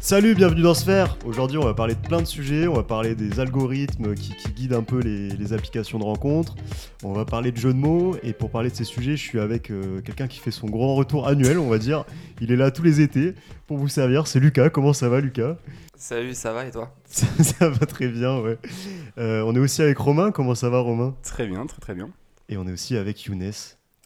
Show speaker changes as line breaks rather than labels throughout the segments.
Salut, bienvenue dans Sphère. Aujourd'hui, on va parler de plein de sujets. On va parler des algorithmes qui, qui guident un peu les, les applications de rencontres. On va parler de jeux de mots. Et pour parler de ces sujets, je suis avec euh, quelqu'un qui fait son grand retour annuel, on va dire. Il est là tous les étés pour vous servir. C'est Lucas. Comment ça va, Lucas
Salut, ça va et toi
ça, ça va très bien, ouais. Euh, on est aussi avec Romain. Comment ça va, Romain
Très bien, très très bien.
Et on est aussi avec Younes.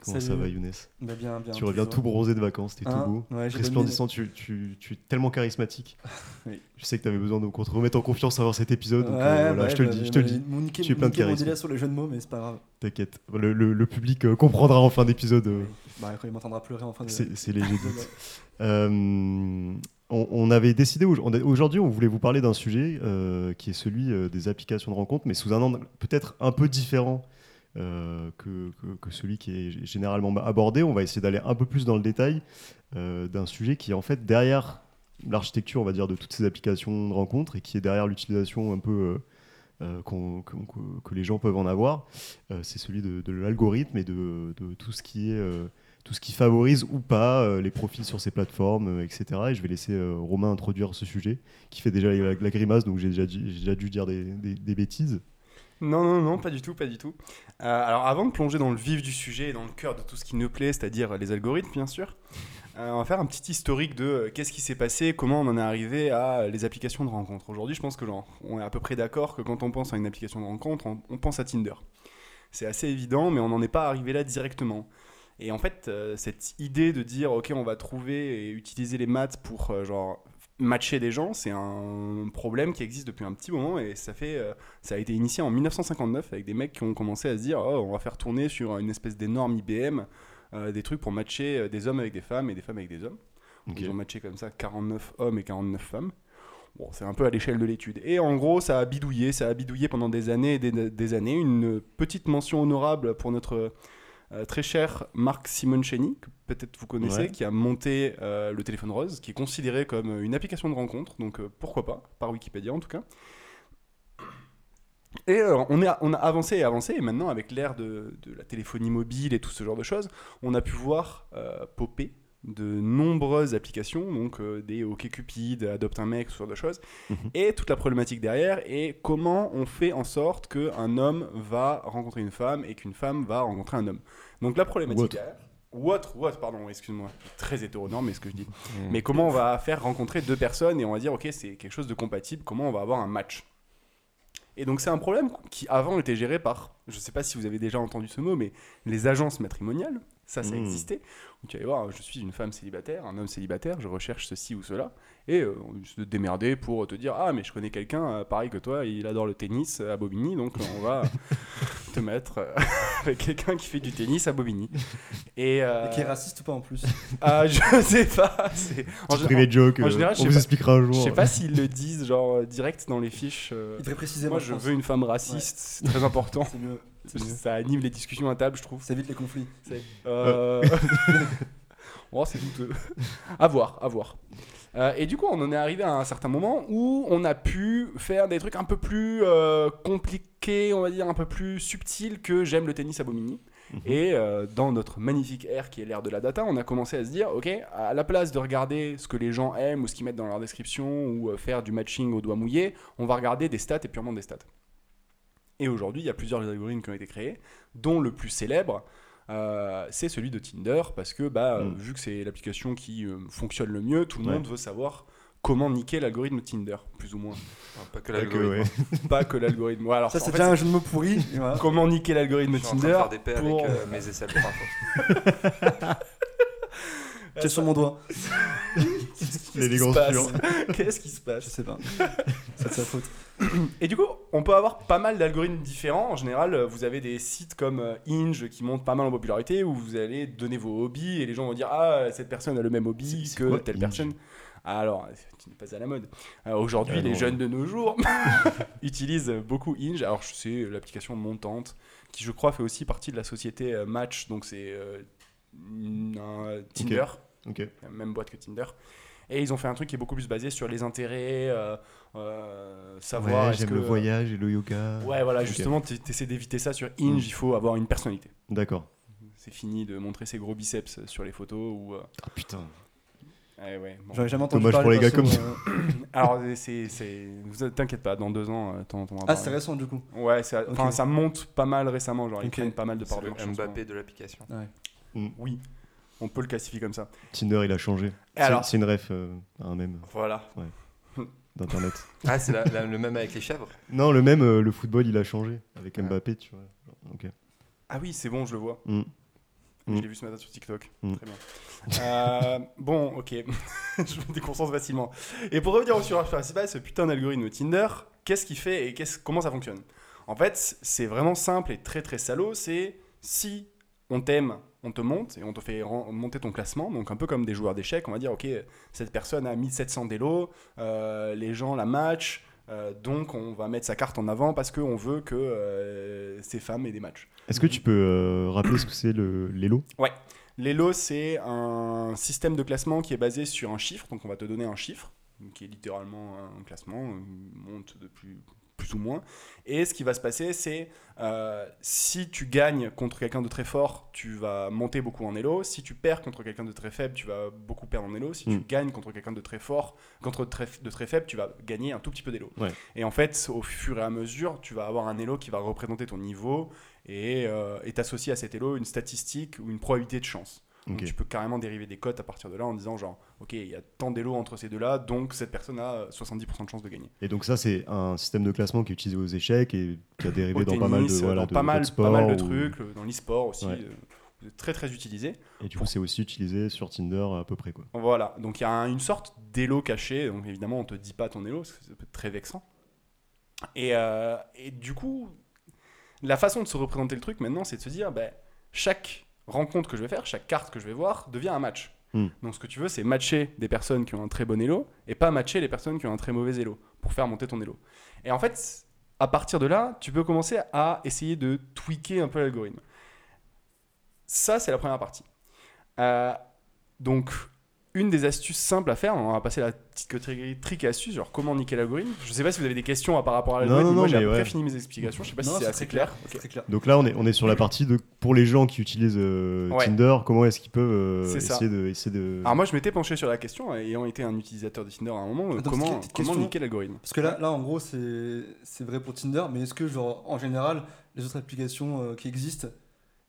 Comment ça
Salut.
va, Younes
Bah bien, bien.
Tu reviens tout
toujours.
bronzé de vacances, t'es
Hein
tout beau.
Ouais, j'ai bonne
Resplendissant, tu, tu, tu es tellement charismatique.
Oui.
Je sais que t'avais besoin de qu'on te remette en confiance avant cet épisode.
mine.
donc, euh,
Ouais,
voilà,
bah,
je te le
bah,
dis, je te le dis.
Mon niqué,
Tu es plein de
niqué mon
charisme.
délire sur les jeux de mots, mais c'est pas grave.
T'inquiète. Le, le- le public euh, comprendra en fin d'épisode. euh,
Oui. Bah, quand il m'entendra pleurer en fin de.
c'est c'est léger.
de-
Euh, on, on avait décidé au- on a- aujourd'hui, on voulait vous parler d'un sujet euh, qui est celui euh, des applications de rencontre, mais sous un angle peut-être un peu différent euh, que, que- que celui qui est g- généralement abordé. On va essayer d'aller un peu plus dans le détail euh, d'un sujet qui est en fait derrière l'architecture, on va dire, de toutes ces applications de rencontre et qui est derrière l'utilisation un peu euh, euh, qu'on- qu'on- que- que les gens peuvent en avoir. Euh, c'est celui de, de l'algorithme et de, de tout ce qui est euh, tout ce qui favorise ou pas euh, les profils sur ces plateformes, euh, etc. Et je vais laisser euh, Romain introduire ce sujet, qui fait déjà la, la grimace, donc j'ai déjà, dû- j'ai déjà dû dire des, des- des bêtises.
Non, non, non, pas du tout, pas du tout. Euh, alors avant de plonger dans le vif du sujet et dans le cœur de tout ce qui nous plaît, c'est-à-dire les algorithmes bien sûr, euh, on va faire un petit historique de euh, qu'est-ce qui s'est passé, comment on en est arrivé à euh, les applications de rencontre. Aujourd'hui je pense que genre, on est à peu près d'accord que quand on pense à une application de rencontre, on, on pense à Tinder. C'est assez évident, mais on n'en est pas arrivé là directement. Et en fait, euh, cette idée de dire, ok, on va trouver et utiliser les maths pour euh, genre matcher des gens, c'est un problème qui existe depuis un petit moment et ça fait, euh, ça a été initié en 1959 avec des mecs qui ont commencé à se dire, oh, on va faire tourner sur une espèce d'énorme IBM euh, des trucs pour matcher euh, des hommes avec des femmes et des femmes avec des hommes.
Ok.
Ils ont matché comme ça 49 hommes et 49 femmes. Bon, c'est un peu à l'échelle de l'étude. Et en gros, ça a bidouillé, ça a bidouillé pendant des années et des, des années. Une petite mention honorable pour notre euh, très cher Marc Simoncini, que peut-être vous connaissez,
Ouais.
qui a monté euh, le téléphone rose, qui est considéré comme une application de rencontre, donc euh, pourquoi pas, par Wikipédia en tout cas. Et euh, on, est, on a avancé et avancé, et maintenant, avec l'ère de, de la téléphonie mobile et tout ce genre de choses, on a pu voir euh, popper de nombreuses applications, donc euh, des OkCupid, Adopte un mec, ce genre de choses,
Mhm.
et toute la problématique derrière, et comment on fait en sorte qu'un homme va rencontrer une femme et qu'une femme va rencontrer un homme. Donc la problématique
Ou autre.
derrière... Ou autre, ou autre, pardon, excuse-moi, très hétéronorme, mais ce que je dis. Mais comment on va faire rencontrer deux personnes et on va dire, ok, c'est quelque chose de compatible, comment on va avoir un match Et donc c'est un problème qui avant était géré par, je sais pas si vous avez déjà entendu ce mot, mais les agences matrimoniales, ça, ça
Mm.
existait. Où tu allais voir, je suis une femme célibataire, un homme célibataire, je recherche ceci ou cela, et euh, on se démerder pour te dire, ah, mais je connais quelqu'un euh, pareil que toi, il adore le tennis euh, à Bobigny, donc euh, on va te mettre euh, avec quelqu'un qui fait du tennis à Bobigny. Et, euh,
Et qui est raciste ou pas en plus
ah, je sais pas. c'est- En,
Petit
gé-
privé joke,
en
euh,
général, je
on
sais
vous
pas-
expliquera un
en-
jour.
je sais pas s'ils le disent genre euh, direct dans les fiches. euh,
Il très précisément.
Moi, je
pense.
veux une femme raciste, c'est très important.
C'est mieux. C'est mieux.
Ça anime les discussions à table, je trouve.
Ça évite les conflits.
Euh... oh, c'est douteux. à voir, à voir. Euh, et du coup, on en est arrivé à un certain moment où on a pu faire des trucs un peu plus euh, compliqués, on va dire un peu plus subtils que j'aime le tennis à Bomini. Et euh, dans notre magnifique ère qui est l'ère de la data, on a commencé à se dire, ok, à la place de regarder ce que les gens aiment ou ce qu'ils mettent dans leur description ou euh, faire du matching au doigt mouillé, on va regarder des stats et purement des stats. Et aujourd'hui, il y a plusieurs algorithmes qui ont été créés, dont le plus célèbre, euh, c'est celui de Tinder, parce que bah, euh,
Mm.
vu que c'est l'application qui euh, fonctionne le mieux, tout le
Ouais.
monde veut savoir comment niquer l'algorithme Tinder, plus ou moins.
Enfin, Pas
Pas
que
que,
l'algorithme.
ouais.
Pas que l'algorithme. Ouais, alors,
Ça,
en
c'est
fait,
déjà un jeu de mots pourri. et voilà.
c'est Comment niquer l'algorithme
Je suis en train
Tinder
de faire des paix avec
pour-
euh, mes aisselles parfois.
J'ai sur mon doigt.
Qu'est-ce qui se
L'élégance
passe
pure.
Qu'est-ce qui se
Je
passe
sais pas. c'est de sa faute.
Et du coup, on peut avoir pas mal d'algorithmes différents. En général, euh, vous avez des sites comme euh, Inge qui montent pas mal en popularité où vous allez donner vos hobbies et les gens vont dire Ah, cette personne a le même hobby
C'est- c'est
que
quoi,
telle
Inge
personne. Alors, tu n'es pas à la mode. Euh, Aujourd'hui,
Ah,
les
non.
jeunes de nos jours utilisent beaucoup Inge. Alors, c'est l'application montante qui, je crois, fait aussi partie de la société euh, Match. Donc, c'est euh, un Tinder
Ok.
la même boîte que Tinder. Et ils ont fait un truc qui est beaucoup plus basé sur les intérêts, euh, euh, savoir.
Ouais,
est-ce
j'aime
que-
le voyage et le yoga.
Ouais, voilà,
Ok.
justement, tu essaies d'éviter ça sur Inge, il faut avoir une personnalité.
D'accord.
C'est fini de montrer ses gros biceps sur les photos ou. euh,
Ah putain.
Eh ouais, bon.
J'avais jamais entendu
Dommage
parler
pour les gars
perso,
comme ça.
euh,
Alors, c'est. c'est- vous- T'inquiète pas, dans deux ans, euh, t'en entendras
Ah,
parler.
c'est récent du coup.
Ouais, ça, enfin,
Ok.
ça monte pas mal récemment. Genre, ils
Ok.
prennent pas mal de parts
C'est
de
le
marché en ce moment.
Mbappé de l'application.
Oui, on peut le classifier comme ça.
Tinder, il a changé.
Et
C'est-
alors
C'est une ref, euh, un même
Voilà.
d'internet.
Ah, c'est la- la- le même avec les chèvres
non, le même, euh, le football, il a changé avec
Ah.
Mbappé, tu vois. Genre, Ok.
Ah oui, c'est bon, je le vois.
Mm.
Je
Mm.
l'ai vu ce matin sur TikTok.
Mm.
Très bien. Euh, bon, ok. je me déconcentre facilement. Et pour revenir au sujet principal, ce putain d'algorithme Tinder, qu'est-ce qu'il fait et qu'est-ce- comment ça fonctionne En fait, c'est vraiment simple et très très salaud. C'est si on t'aime, on te monte et on te fait ren- monter ton classement. Donc un peu comme des joueurs d'échecs, on va dire, ok, cette personne a 1700 d'élo, euh, les gens la matchent. euh, donc on va mettre sa carte en avant parce qu'on veut que euh, ces femmes aient des matchs.
Est-ce que tu peux euh, rappeler ce que c'est le- l'élo
L'ELO, c'est un système de classement qui est basé sur un chiffre. Donc, on va te donner un chiffre, qui est littéralement un classement, une monte de plus, plus ou moins. Et ce qui va se passer, c'est euh, si tu gagnes contre quelqu'un de très fort, tu vas monter beaucoup en ELO. Si tu perds contre quelqu'un de très faible, tu vas beaucoup perdre en ELO. Si tu
Mm.
gagnes contre quelqu'un de très fort, contre très- de très faible, tu vas gagner un tout petit peu d'ELO.
Ouais.
Et en fait, au fur et à mesure, tu vas avoir un ELO qui va représenter ton niveau et euh, est associé à cet ELO une statistique ou une probabilité de chance. Donc,
Ok.
tu peux carrément dériver des cotes à partir de là en disant genre, ok, il y a tant d'élos entre ces deux-là, donc cette personne a euh, 70% de chance de gagner.
Et donc ça, c'est un système de classement qui est utilisé aux échecs et qui a dérivé
Au
dans pas mal de,
tennis,
voilà,
dans
de-
pas mal,
d'autres
pas mal de
sports ou-
trucs, euh, dans l'e-sport aussi,
Ouais.
euh, très très utilisé.
Et du coup, c'est aussi utilisé sur Tinder à peu près quoi.
Voilà, donc il y a un- une sorte d'élo caché, donc évidemment on te dit pas ton élo, parce que ça peut être très vexant. Et, euh, et du coup, la façon de se représenter le truc maintenant, c'est de se dire, bah, chaque rencontre que je vais faire, chaque carte que je vais voir devient un match.
Hmm.
Donc ce que tu veux, c'est matcher des personnes qui ont un très bon élo et pas matcher les personnes qui ont un très mauvais élo pour faire monter ton élo. Et en fait, à partir de là, tu peux commencer à essayer de tweaker un peu l'algorithme. Ça, c'est la première partie. Euh, donc, une des astuces simples à faire, on va passer à la petite catégorie trick et astuce, genre comment niquer l'algorithme. Je sais pas si vous avez des questions à par rapport à l'algorithme,
Non, non,
moi
non,
j'ai à
mais
peu
ouais.
près fini mes explications, je sais pas
Non,
Bah, si c'est
c'est
assez
très
clair.
C'est clair.
Donc là, on est, on est sur la partie de pour les gens qui utilisent euh,
Ouais.
Tinder, comment est-ce qu'ils peuvent euh,
C'est ça. Ah,
essayer de essayer de
Alors moi je m'étais penché sur la question, hein, ayant été un utilisateur de Tinder à un moment, euh,
Attends,
comment,
petite
comment
question.
niquer l'algorithme
Parce que là, là en gros, c'est c'est vrai pour Tinder, mais est-ce que, genre, en général, les autres applications euh, qui existent,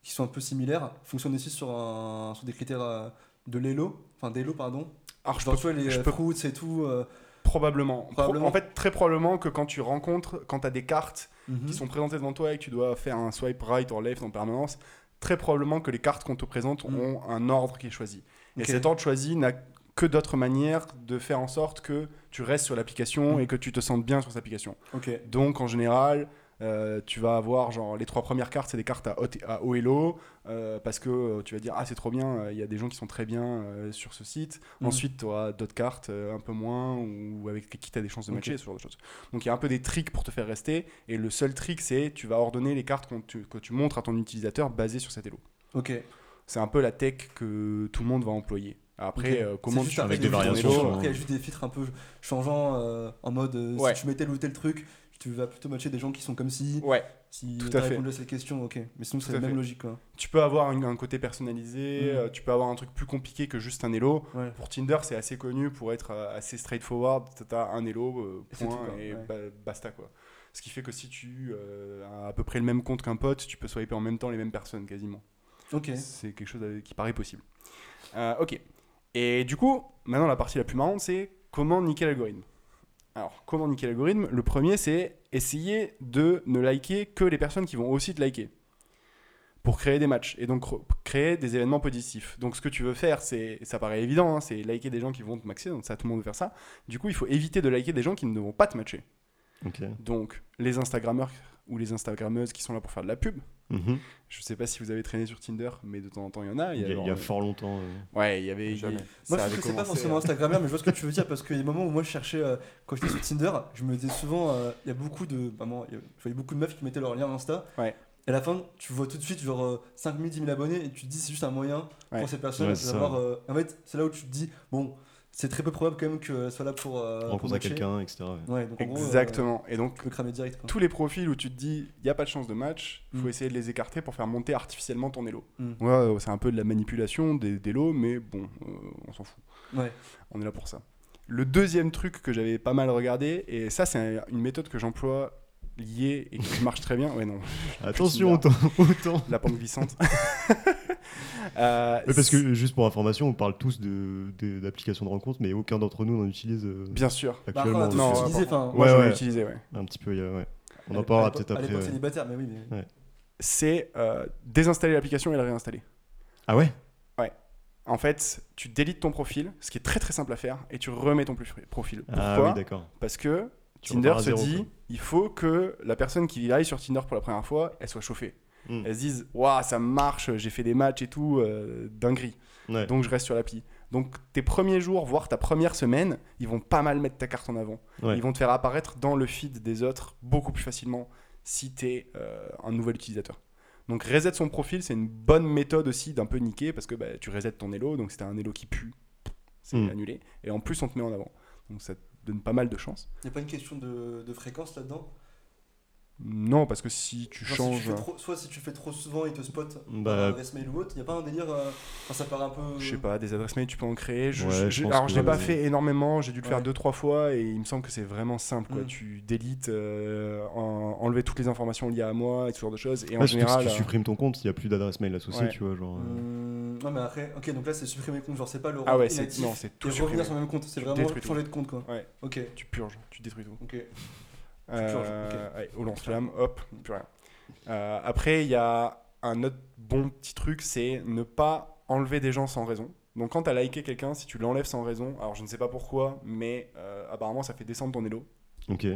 qui sont un peu similaires, fonctionnent aussi sur, un, sur des critères euh, de l'élo Enfin, d'élo, pardon.
Alors je
Genre, tu
pense
vois, les
je
euh,
peux-
fruits et tout. euh,
probablement. Pro-
Probablement.
en fait très probablement que quand tu rencontres, quand tu as des cartes
mhm.
qui sont présentées devant toi et que tu dois faire un swipe right ou left en permanence, très probablement que les cartes qu'on te présente
Mm.
ont un ordre qui est choisi. Et
Ok.
cet ordre choisi n'a que d'autres manières de faire en sorte que tu restes sur l'application
Mm.
et que tu te sentes bien sur cette application.
Ok.
Donc en général, euh, tu vas avoir genre les trois premières cartes, c'est des cartes à haut, à haut et low, euh, parce que euh, tu vas dire ah c'est trop bien, euh, il y a des gens qui sont très bien euh, sur ce site.
Mhm.
Ensuite, tu auras d'autres cartes euh, un peu moins ou avec qui tu as des chances de
Ok.
matcher, ce genre de choses. Donc il y a un peu des tricks pour te faire rester, et le seul trick c'est tu vas ordonner les cartes qu'on tu- que tu montres à ton utilisateur basé sur cet elo.
Ok.
C'est un peu la tech que tout le monde va employer. Après,
Ok.
euh, comment
C'est
tu
juste avec
des
ton
variations
elo,
sur-
Après, il y a juste des filtres un peu changeants euh, en mode euh,
euh, Ouais.
si tu mets tel ou tel truc, tu vas plutôt matcher des gens qui sont comme si.
Ouais,
Si
Tout
t'as
à fait.
répondu à cette question, ok. Mais sinon,
Tout
c'est
à
la même
fait.
logique, quoi.
tu peux avoir une- un côté personnalisé,
Mhm.
euh, tu peux avoir un truc plus compliqué que juste un elo.
Ouais.
Pour Tinder, c'est assez connu pour être euh, assez straightforward. T'as un hello, euh,
Et c'est
point,
tout, quoi.
et
Ouais.
ba- basta quoi. Ce qui fait que si tu euh, as à peu près le même compte qu'un pote, tu peux swiper en même temps les mêmes personnes quasiment.
Ok.
C'est quelque chose avec- qui paraît possible. Euh, ok. Et du coup, maintenant la partie la plus marrante, c'est comment niquer l'algorithme. Alors, comment niquer l'algorithme Le premier, c'est essayer de ne liker que les personnes qui vont aussi te liker pour créer des matchs et donc re- créer des événements positifs. Donc ce que tu veux faire, c'est, ça paraît évident, hein, c'est liker des gens qui vont te maxer, donc ça tout le monde veut faire ça. Du coup, il faut éviter de liker des gens qui ne vont pas te matcher.
Ok.
Donc les Instagrammeurs ou les Instagrammeuses qui sont là pour faire de la pub.
Mhm.
Je sais pas si vous avez traîné sur Tinder, mais de temps en temps il y en a.
Il y, a- il y a
genre-
fort longtemps. euh.
Ouais, il y avait. il y-
Jamais.
ça
Moi, je
avait
trouve que c'est pas
commencé,
forcément
euh,
Instagrammeur, mais je vois ce que tu veux dire parce qu'il y a des moments où moi je cherchais, euh, quand j'étais sur Tinder, je me disais souvent, euh, il y a beaucoup de. bah, moi, il y a- je voyais beaucoup de meufs qui mettaient leur lien Insta.
Ouais.
Et à la fin, tu vois tout de suite genre euh, 5 000, 10 000 abonnés et tu te dis c'est juste un moyen
Ouais.
pour ces personnes
Ouais,
de
c'est ça.
savoir. euh, en fait, c'est là où tu te dis, bon, c'est très peu probable quand même qu'elle soit là pour. euh, pour
rencontrer
matcher.
quelqu'un, etc. ouais.
Ouais, donc en gros, euh,
hein. Exactement. Et donc,
tu peux cramer direct. quoi.
tous les profils où tu te dis, il n'y a pas de chance de match, il faut
Mm.
essayer de les écarter pour faire monter artificiellement ton elo.
Mm.
Ouais, euh, c'est un peu de la manipulation des, des lots, mais bon, euh, on s'en fout.
Ouais. Bah,
On est là pour ça. Le deuxième truc que j'avais pas mal regardé, et ça, c'est une méthode que j'emploie liée et qui marche très bien. Ouais, non,
Attention, autant. autant.
la pente glissante. Euh,
Mais parce que, juste pour information, on parle tous de- de- d'applications de, rencontres, mais aucun d'entre nous n'en utilise euh,
Bien sûr.
Bah, après, on a
actuellement.
Non,
tous
euh,
utilisé, enfin,
Moi,
Ouais,
j'en ai
ouais.
utilisé, ouais.
Un petit peu, il y a- ouais. On
à
en parlera
l'époque-
peut-être
À
après.
l'époque
ouais.
célibataire, mais oui, mais.
C'est euh, désinstaller l'application et la réinstaller.
Ah ouais
En fait, tu délites ton profil, ce qui est très très simple à faire, et tu remets ton plus- profil. Pourquoi
Ah oui, d'accord.
Parce que
Tu
Tinder
repars à
se
zéro,
dit,
quoi.
il faut que la personne qui aille sur Tinder pour la première fois, elle soit chauffée.
Mm.
Elle se dise, waouh, ça marche, j'ai fait des matchs et tout, euh, dinguerie.
Ouais.
Donc je reste sur l'appli. Donc tes premiers jours, voire ta première semaine, ils vont pas mal mettre ta carte en avant.
Ouais.
Ils vont te faire apparaître dans le feed des autres beaucoup plus facilement si t'es euh, un nouvel utilisateur. Donc reset son profil, c'est une bonne méthode aussi d'un peu niquer parce que bah, tu resets ton elo, donc c'était un elo qui pue, c'est
Mm.
annulé. Et en plus on te met en avant. Donc ça te donne pas mal de chance.
Il n'y a pas une question de, de fréquence là-dedans
Non, parce que si tu
Genre, si tu
changes... hein.
fais trop- Soit si tu fais trop souvent, il te spot
Bah,
par adresse mail ou autre. Il n'y a pas un délire. euh, Enfin, ça paraît un peu.
Je sais pas, des adresses mail, tu peux en créer. Je,
Ouais,
je-
je
je-
pense
alors,
que-
je l'ai pas fait énormément, j'ai dû le faire
Ouais.
deux, trois fois et il me semble que c'est vraiment simple. Quoi.
Mm.
Tu délites, euh, en- enlever toutes les informations liées à moi et ce genre de choses. Et en
Ouais, surtout
général.
si tu
euh,
supprimes ton compte, il n'y a plus d'adresse mail associée,
Ouais. Mm.
tu vois. Genre, euh,
Hum, Non, mais après, ok, donc là c'est supprimer compte, genre c'est pas le
Ah
rendre
ouais, c'est,
inactif
non, c'est tout
et
supprimé.
revenir sur le même compte,
Tu
c'est vraiment
détruis
changer
tout.
de compte quoi.
Ouais.
Ok,
Tu purges, tu détruis tout.
ok.
Euh,
purges,
ouais, au lance-flamme, hop, plus rien. Euh, après, il y a un autre bon petit truc, c'est ne pas enlever des gens sans raison. Donc quand t'as liké quelqu'un, si tu l'enlèves sans raison, alors je ne sais pas pourquoi, mais euh, apparemment ça fait descendre ton elo.
euh, Ok.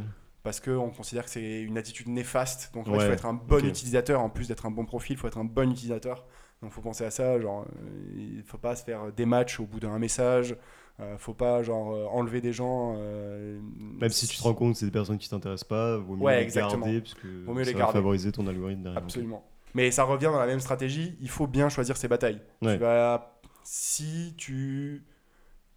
parce qu'on considère que c'est une attitude néfaste. Donc en fait, il
Ouais,
faut être un bon
ok.
utilisateur, en plus d'être un bon profil, il faut être un bon utilisateur. Donc faut penser à ça, genre euh, il faut pas se faire des matchs au bout d'un message, euh, faut pas genre euh, enlever des gens. euh,
Même si tu te rends compte que c'est des personnes qui t'intéressent pas, vaut mieux
Ouais,
les garder
exactement.
parce que
Vaut mieux
ça
les
va
garder.
favoriser ton algorithme derrière. ok.
Absolument. Mais ça revient dans la même stratégie, il faut bien choisir ses batailles. Tu
Ouais.
vas- si tu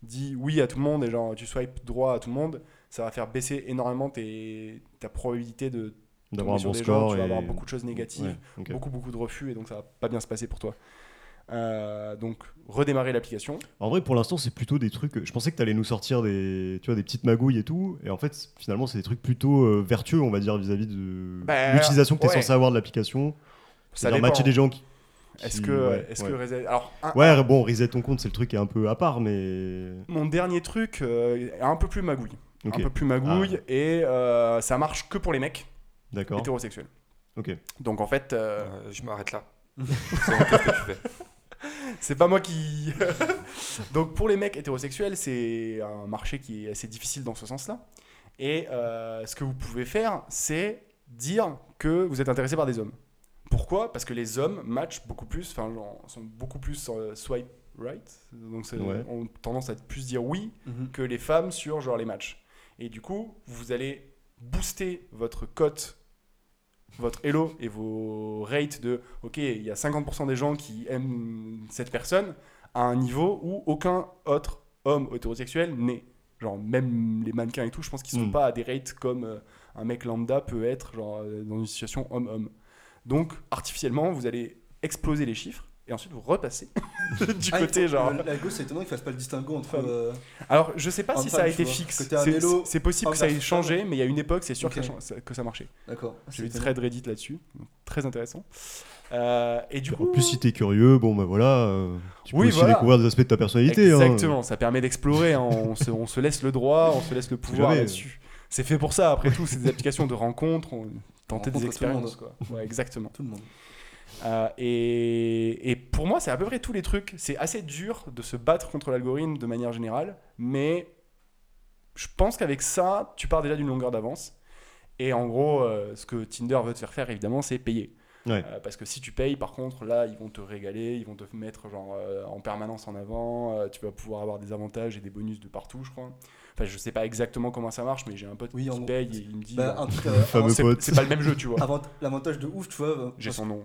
dis oui à tout le monde et genre tu swipes droit à tout le monde, ça va faire baisser énormément tes, ta probabilité de
D'avoir un
tomber sur
bon
des
score.
gens, tu vas
et...
avoir beaucoup de choses négatives.
Ouais, ok.
beaucoup beaucoup de refus et donc ça va pas bien se passer pour toi. Euh, donc redémarrer l'application.
En vrai, pour l'instant, c'est plutôt des trucs. Je pensais que t'allais nous sortir des, tu vois, des petites magouilles et tout, et en fait, c'est- finalement, c'est des trucs plutôt euh, vertueux, on va dire, vis-à-vis de
Bah,
l'utilisation que t'es
ouais.
censé avoir de l'application.
Ça
C'est-à-dire
dépend.
matcher des gens qui.
Est-ce
qui-
que
ouais,
est-ce
ouais.
que réserver- alors un-
Ouais, bon, reset ton compte, c'est le truc qui est un peu à part, mais.
mon dernier truc euh, est un peu plus magouille,
Ok, Ah.
un peu plus magouille et euh, ça marche que pour les mecs
d'accord.
hétérosexuels.
Ok.
Donc en fait euh,
Euh, je m'arrête là. C'est un peu ce que tu fais.
c'est pas moi qui donc pour les mecs hétérosexuels c'est un marché qui est assez difficile dans ce sens-là et euh, ce que vous pouvez faire c'est dire que vous êtes intéressé par des hommes. Pourquoi Parce que les hommes matchent beaucoup plus, enfin, genre, sont beaucoup plus sur euh, swipe right, donc c'est-
Ouais.
ont tendance à plus dire oui
Mhm.
que les femmes sur genre les matchs. Et du coup, vous allez booster votre cote, votre hello et vos rates de OK, il y a 50% des gens qui aiment cette personne à un niveau où aucun autre homme hétérosexuel n'est. Genre, même les mannequins et tout, je pense qu'ils sont
Mm.
pas à des rates comme euh, un mec lambda peut être genre, euh, dans une situation homme-homme. Donc, artificiellement, vous allez exploser les chiffres et ensuite vous repassez du
Ah,
côté,
et-
genre.
La gauche, c'est étonnant qu'il fasse pas le distinguo entre.
Femme.
euh,
Alors, je sais pas
En
si
femme,
ça a
tu
été
vois,
fixe.
que t'as un
C'est-
élo,
C'est possible
homme
que ça ait
versus
changé,
femme.
mais il y a une époque, c'est sûr
Ok.
que, ça, chan- que ça marchait.
D'accord.
J'ai vu
C'est
des threads Reddit là-dessus, donc très intéressant. Euh, et du
Bah, En
coup,
plus, si t'es curieux, bon, bah voilà, euh, tu peux
Oui,
aussi
voilà.
découvrir des aspects de ta personnalité. hein.
exactement, ça permet d'explorer. hein, on, se, on se laisse le droit, on se laisse le pouvoir
jamais. euh.
là-dessus. C'est fait pour ça, après tout, c'est des applications de rencontres, on- tenter des
rencontre tout le monde.
expériences. Quoi. Ouais, exactement.
Tout le monde.
Euh, et, et pour moi, c'est à peu près tous les trucs. C'est assez dur de se battre contre l'algorithme de manière générale, mais je pense qu'avec ça, tu pars déjà d'une longueur d'avance. Et en gros, euh, ce que Tinder veut te faire faire, évidemment, c'est payer.
Ouais.
Euh, parce que si tu payes, par contre, là, ils vont te régaler, ils vont te mettre genre euh, en permanence en avant. euh, tu vas pouvoir avoir des avantages et des bonus de partout, je crois. Enfin, je sais pas exactement comment ça marche, mais j'ai un pote
Oui, en
qui
gros,
paye et il me dit.
Bah,
euh,
un truc,
Le
euh,
fameux
c'est-
pote.
c'est pas le même jeu, tu vois.
avant- l'avantage de ouf, tu vois, euh,
J'ai son nom.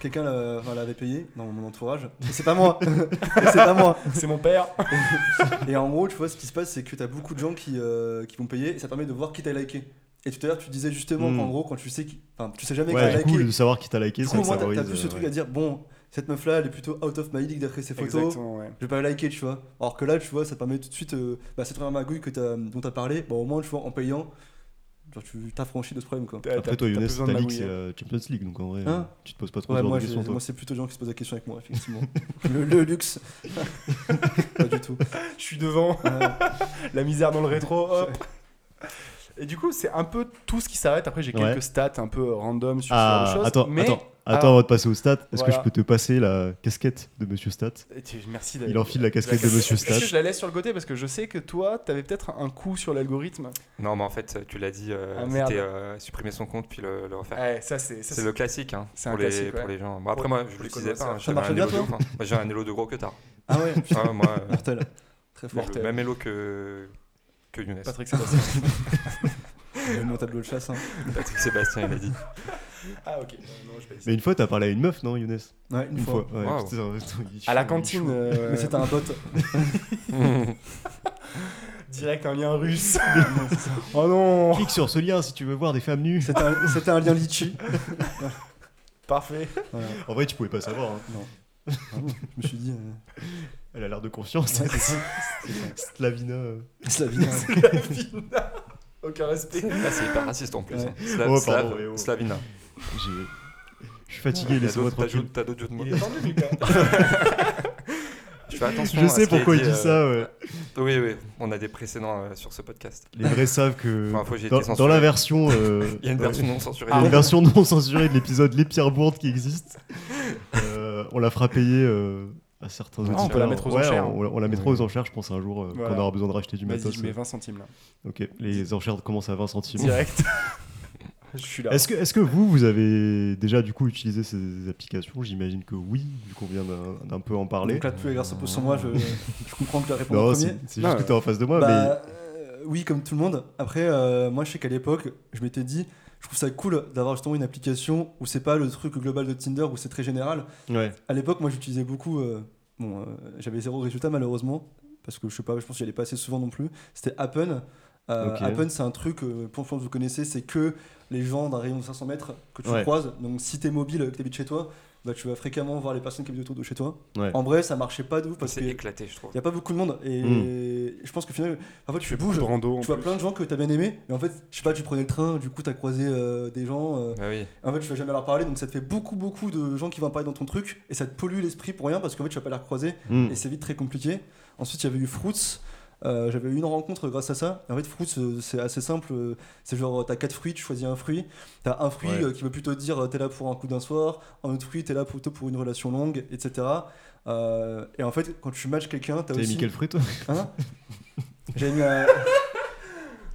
quelqu'un l'a- enfin, l'avait payé dans mon entourage. Et c'est pas moi. Et c'est pas moi.
C'est mon père.
Et en gros, tu vois, ce qui se passe, c'est que t'as beaucoup de gens qui, euh, qui vont payer et ça permet de voir qui t'a liké. Et tout à l'heure, tu disais justement
Mm.
qu'en gros, quand tu sais qui. Enfin, tu sais jamais qui
Ouais,
t'a
du
liké.
coup, de savoir qui t'a liké,
Du
ça
coup, moi, t'as
favorise.
t'as plus ce
euh,
truc
ouais.
à dire, bon, cette meuf-là, elle est plutôt out of my league d'après ses photos.
Exactement, ouais.
Je vais pas la liker, tu vois. Alors que là, tu vois, ça te permet tout de suite. euh, bah, cette première magouille que t'as- dont t'as parlé, bon, au moins, tu vois, en payant, genre, tu t'affranchis de ce problème, quoi.
T'as-
Après, toi,
t'as- t'as
Younes,
besoin
ta
de
ligue,
magouiller.
c'est la Champions League, donc en vrai,
Hein
euh, tu te poses pas trop
Ouais,
ce genre
moi,
de
j'ai-
questions, toi.
moi, c'est plutôt de gens qui se posent la question avec moi, effectivement. le, le luxe. pas du tout.
euh,
Je suis devant,
Ouais.
la misère dans le rétro, hop. Et du coup, c'est un peu tout ce qui s'arrête. Après, j'ai
Ouais.
quelques stats un peu random sur
Ah,
ce genre de choses.
attends,
mais...
attends,
Ah.
attends, avant de passer au stat, est-ce
Voilà.
que je peux te passer la casquette de Monsieur Stat
Et tu- Merci d'aller-
Il enfile la casquette de Monsieur Stat.
Je la laisse sur le côté parce que je sais que toi, t'avais peut-être un coup sur l'algorithme.
Non, mais en fait, tu l'as dit, euh,
Ah, merde.
c'était euh, supprimer son compte puis le, le refaire.
Ouais, ça c'est. ça,
c'est le classique hein,
c'est un
pour, les,
classique, ouais.
pour les gens. Bon, après,
Pour-
moi, je
pour les
l'utilisais pas. hein,
connaisseurs.
Ça
j'avais un
marchait bien,
élo de
toi
ouf, hein. Moi, J'ai un élo de gros que tard.
Ah ouais, putain,
Ah, moi, euh,
mortel. Très fort.
le même élo que, que Younes.
Patrick Sébastien.
J'ai mis mon tableau de chasse. hein.
Patrick Sébastien, il a dit.
ah ok. Euh, non, je vais
Mais une fois, t'as parlé à une meuf, non, Younes
Ouais, une,
Une
fois.
fois. ouais,
Wow.
putain, attends, il
À la
chauffe, il
cantine,
chauffe.
euh,
Mais c'était un bot.
Ah,
direct un lien russe. oh non
Clique sur ce lien si tu veux voir des femmes nues.
C'était un, c'était un lien litchi.
Parfait.
Voilà.
En vrai, tu pouvais pas savoir. hein.
Non. Vraiment, je me suis dit. euh,
Elle a l'air de confiance.
ouais, c'est ça.
Slavina. euh.
C'est la vie. hein.
Slavina. Aucun respect.
Ah, c'est hyper raciste en plus.
Ouais.
hein. Sla-
Oh, pardon,
Slav-
ouais, oh.
Slavina.
J'ai- Je suis fatigué,
T'as
laissez-moi
d'autres- T'as
tranquille.
d'autres- t'as d'autres jeux de mots
Il est tendu, Lucas.
Je fais attention.
Je
à ce
sais
qui est
pourquoi il
euh,
dit ça, ouais.
Oui, oui, on a des précédents euh, sur ce podcast.
Les vrais savent que.
Enfin, fois, j'ai été
Dans,
censuré.
dans la version. Ah, euh,
Il y a une version non censurée.
Il y a une version non censurée de l'épisode Les Pierres Bourdes qui existe. Euh, on la fera payer euh, à certains
Ah, on
auditeurs.
peut la mettre aux
Ouais,
enchères.
On, on la mettra aux enchères, je pense, un jour, euh,
Voilà.
qu'on aura besoin de racheter du
Vas-y,
matos. euh.
je mets 20 centimes là.
Ok, les enchères commencent à 20 centimes.
Direct. je suis là.
Est-ce que, est que vous, vous avez déjà du coup utilisé ces applications J'imagine que oui, vu qu'on vient d'un- d'un peu en parler.
Donc là, tout les gars se posent sur moi. Je, je comprends que la réponse
Non,
en
c'est
premier.
c'est juste
Non,
que t'es en face de moi,
Bah, euh, oui, comme tout le monde. Après, euh, moi, je sais qu'à l'époque, je m'étais dit, je trouve ça cool d'avoir justement une application où c'est pas le truc global de Tinder où c'est très général.
mais. Ouais.
À l'époque, moi, j'utilisais beaucoup. euh, bon, euh, j'avais zéro résultat malheureusement parce que je sais pas, je pense que j'y allais pas assez souvent non plus. C'était Appen. Euh,
Ok.
Appen, c'est un truc, euh, pour pour que vous connaissez, c'est que les gens d'un rayon de 500 mètres que tu
Ouais.
croises. Donc, si t'es mobile, euh, que t'habites chez toi, bah, tu vas fréquemment voir les personnes qui habitent autour de chez toi.
Ouais.
En vrai, ça marchait pas de ouf parce
C'est
qu'il y
éclaté, je trouve.
a pas beaucoup de monde et
Hmm.
je pense que finalement, parfois tu, bouges.
Brando. en
Tu vois
plus.
plein de gens que t'as bien aimé, mais en fait, je sais pas, tu prenais le train, du coup t'as croisé euh, des gens, euh,
Ah oui.
en fait tu vas jamais leur parler, donc ça te fait beaucoup beaucoup de gens qui vont parler dans ton truc, et ça te pollue l'esprit pour rien parce qu'en fait tu vas pas les recroiser,
Hmm.
et c'est vite très compliqué. Ensuite il y avait eu Fruits, euh, j'avais eu une rencontre grâce à ça, et en fait Fruits euh, c'est assez simple, euh, c'est genre euh, t'as quatre fruits, tu choisis un fruit, t'as un fruit
Ouais.
euh, qui veut plutôt dire euh, t'es là pour un coup d'un soir, un autre fruit t'es là plutôt pour une relation longue, etc. Euh, et en fait quand tu matches quelqu'un, t'as
T'as
aussi...
mis quel fruit, toi
Hein J'ai mis, euh,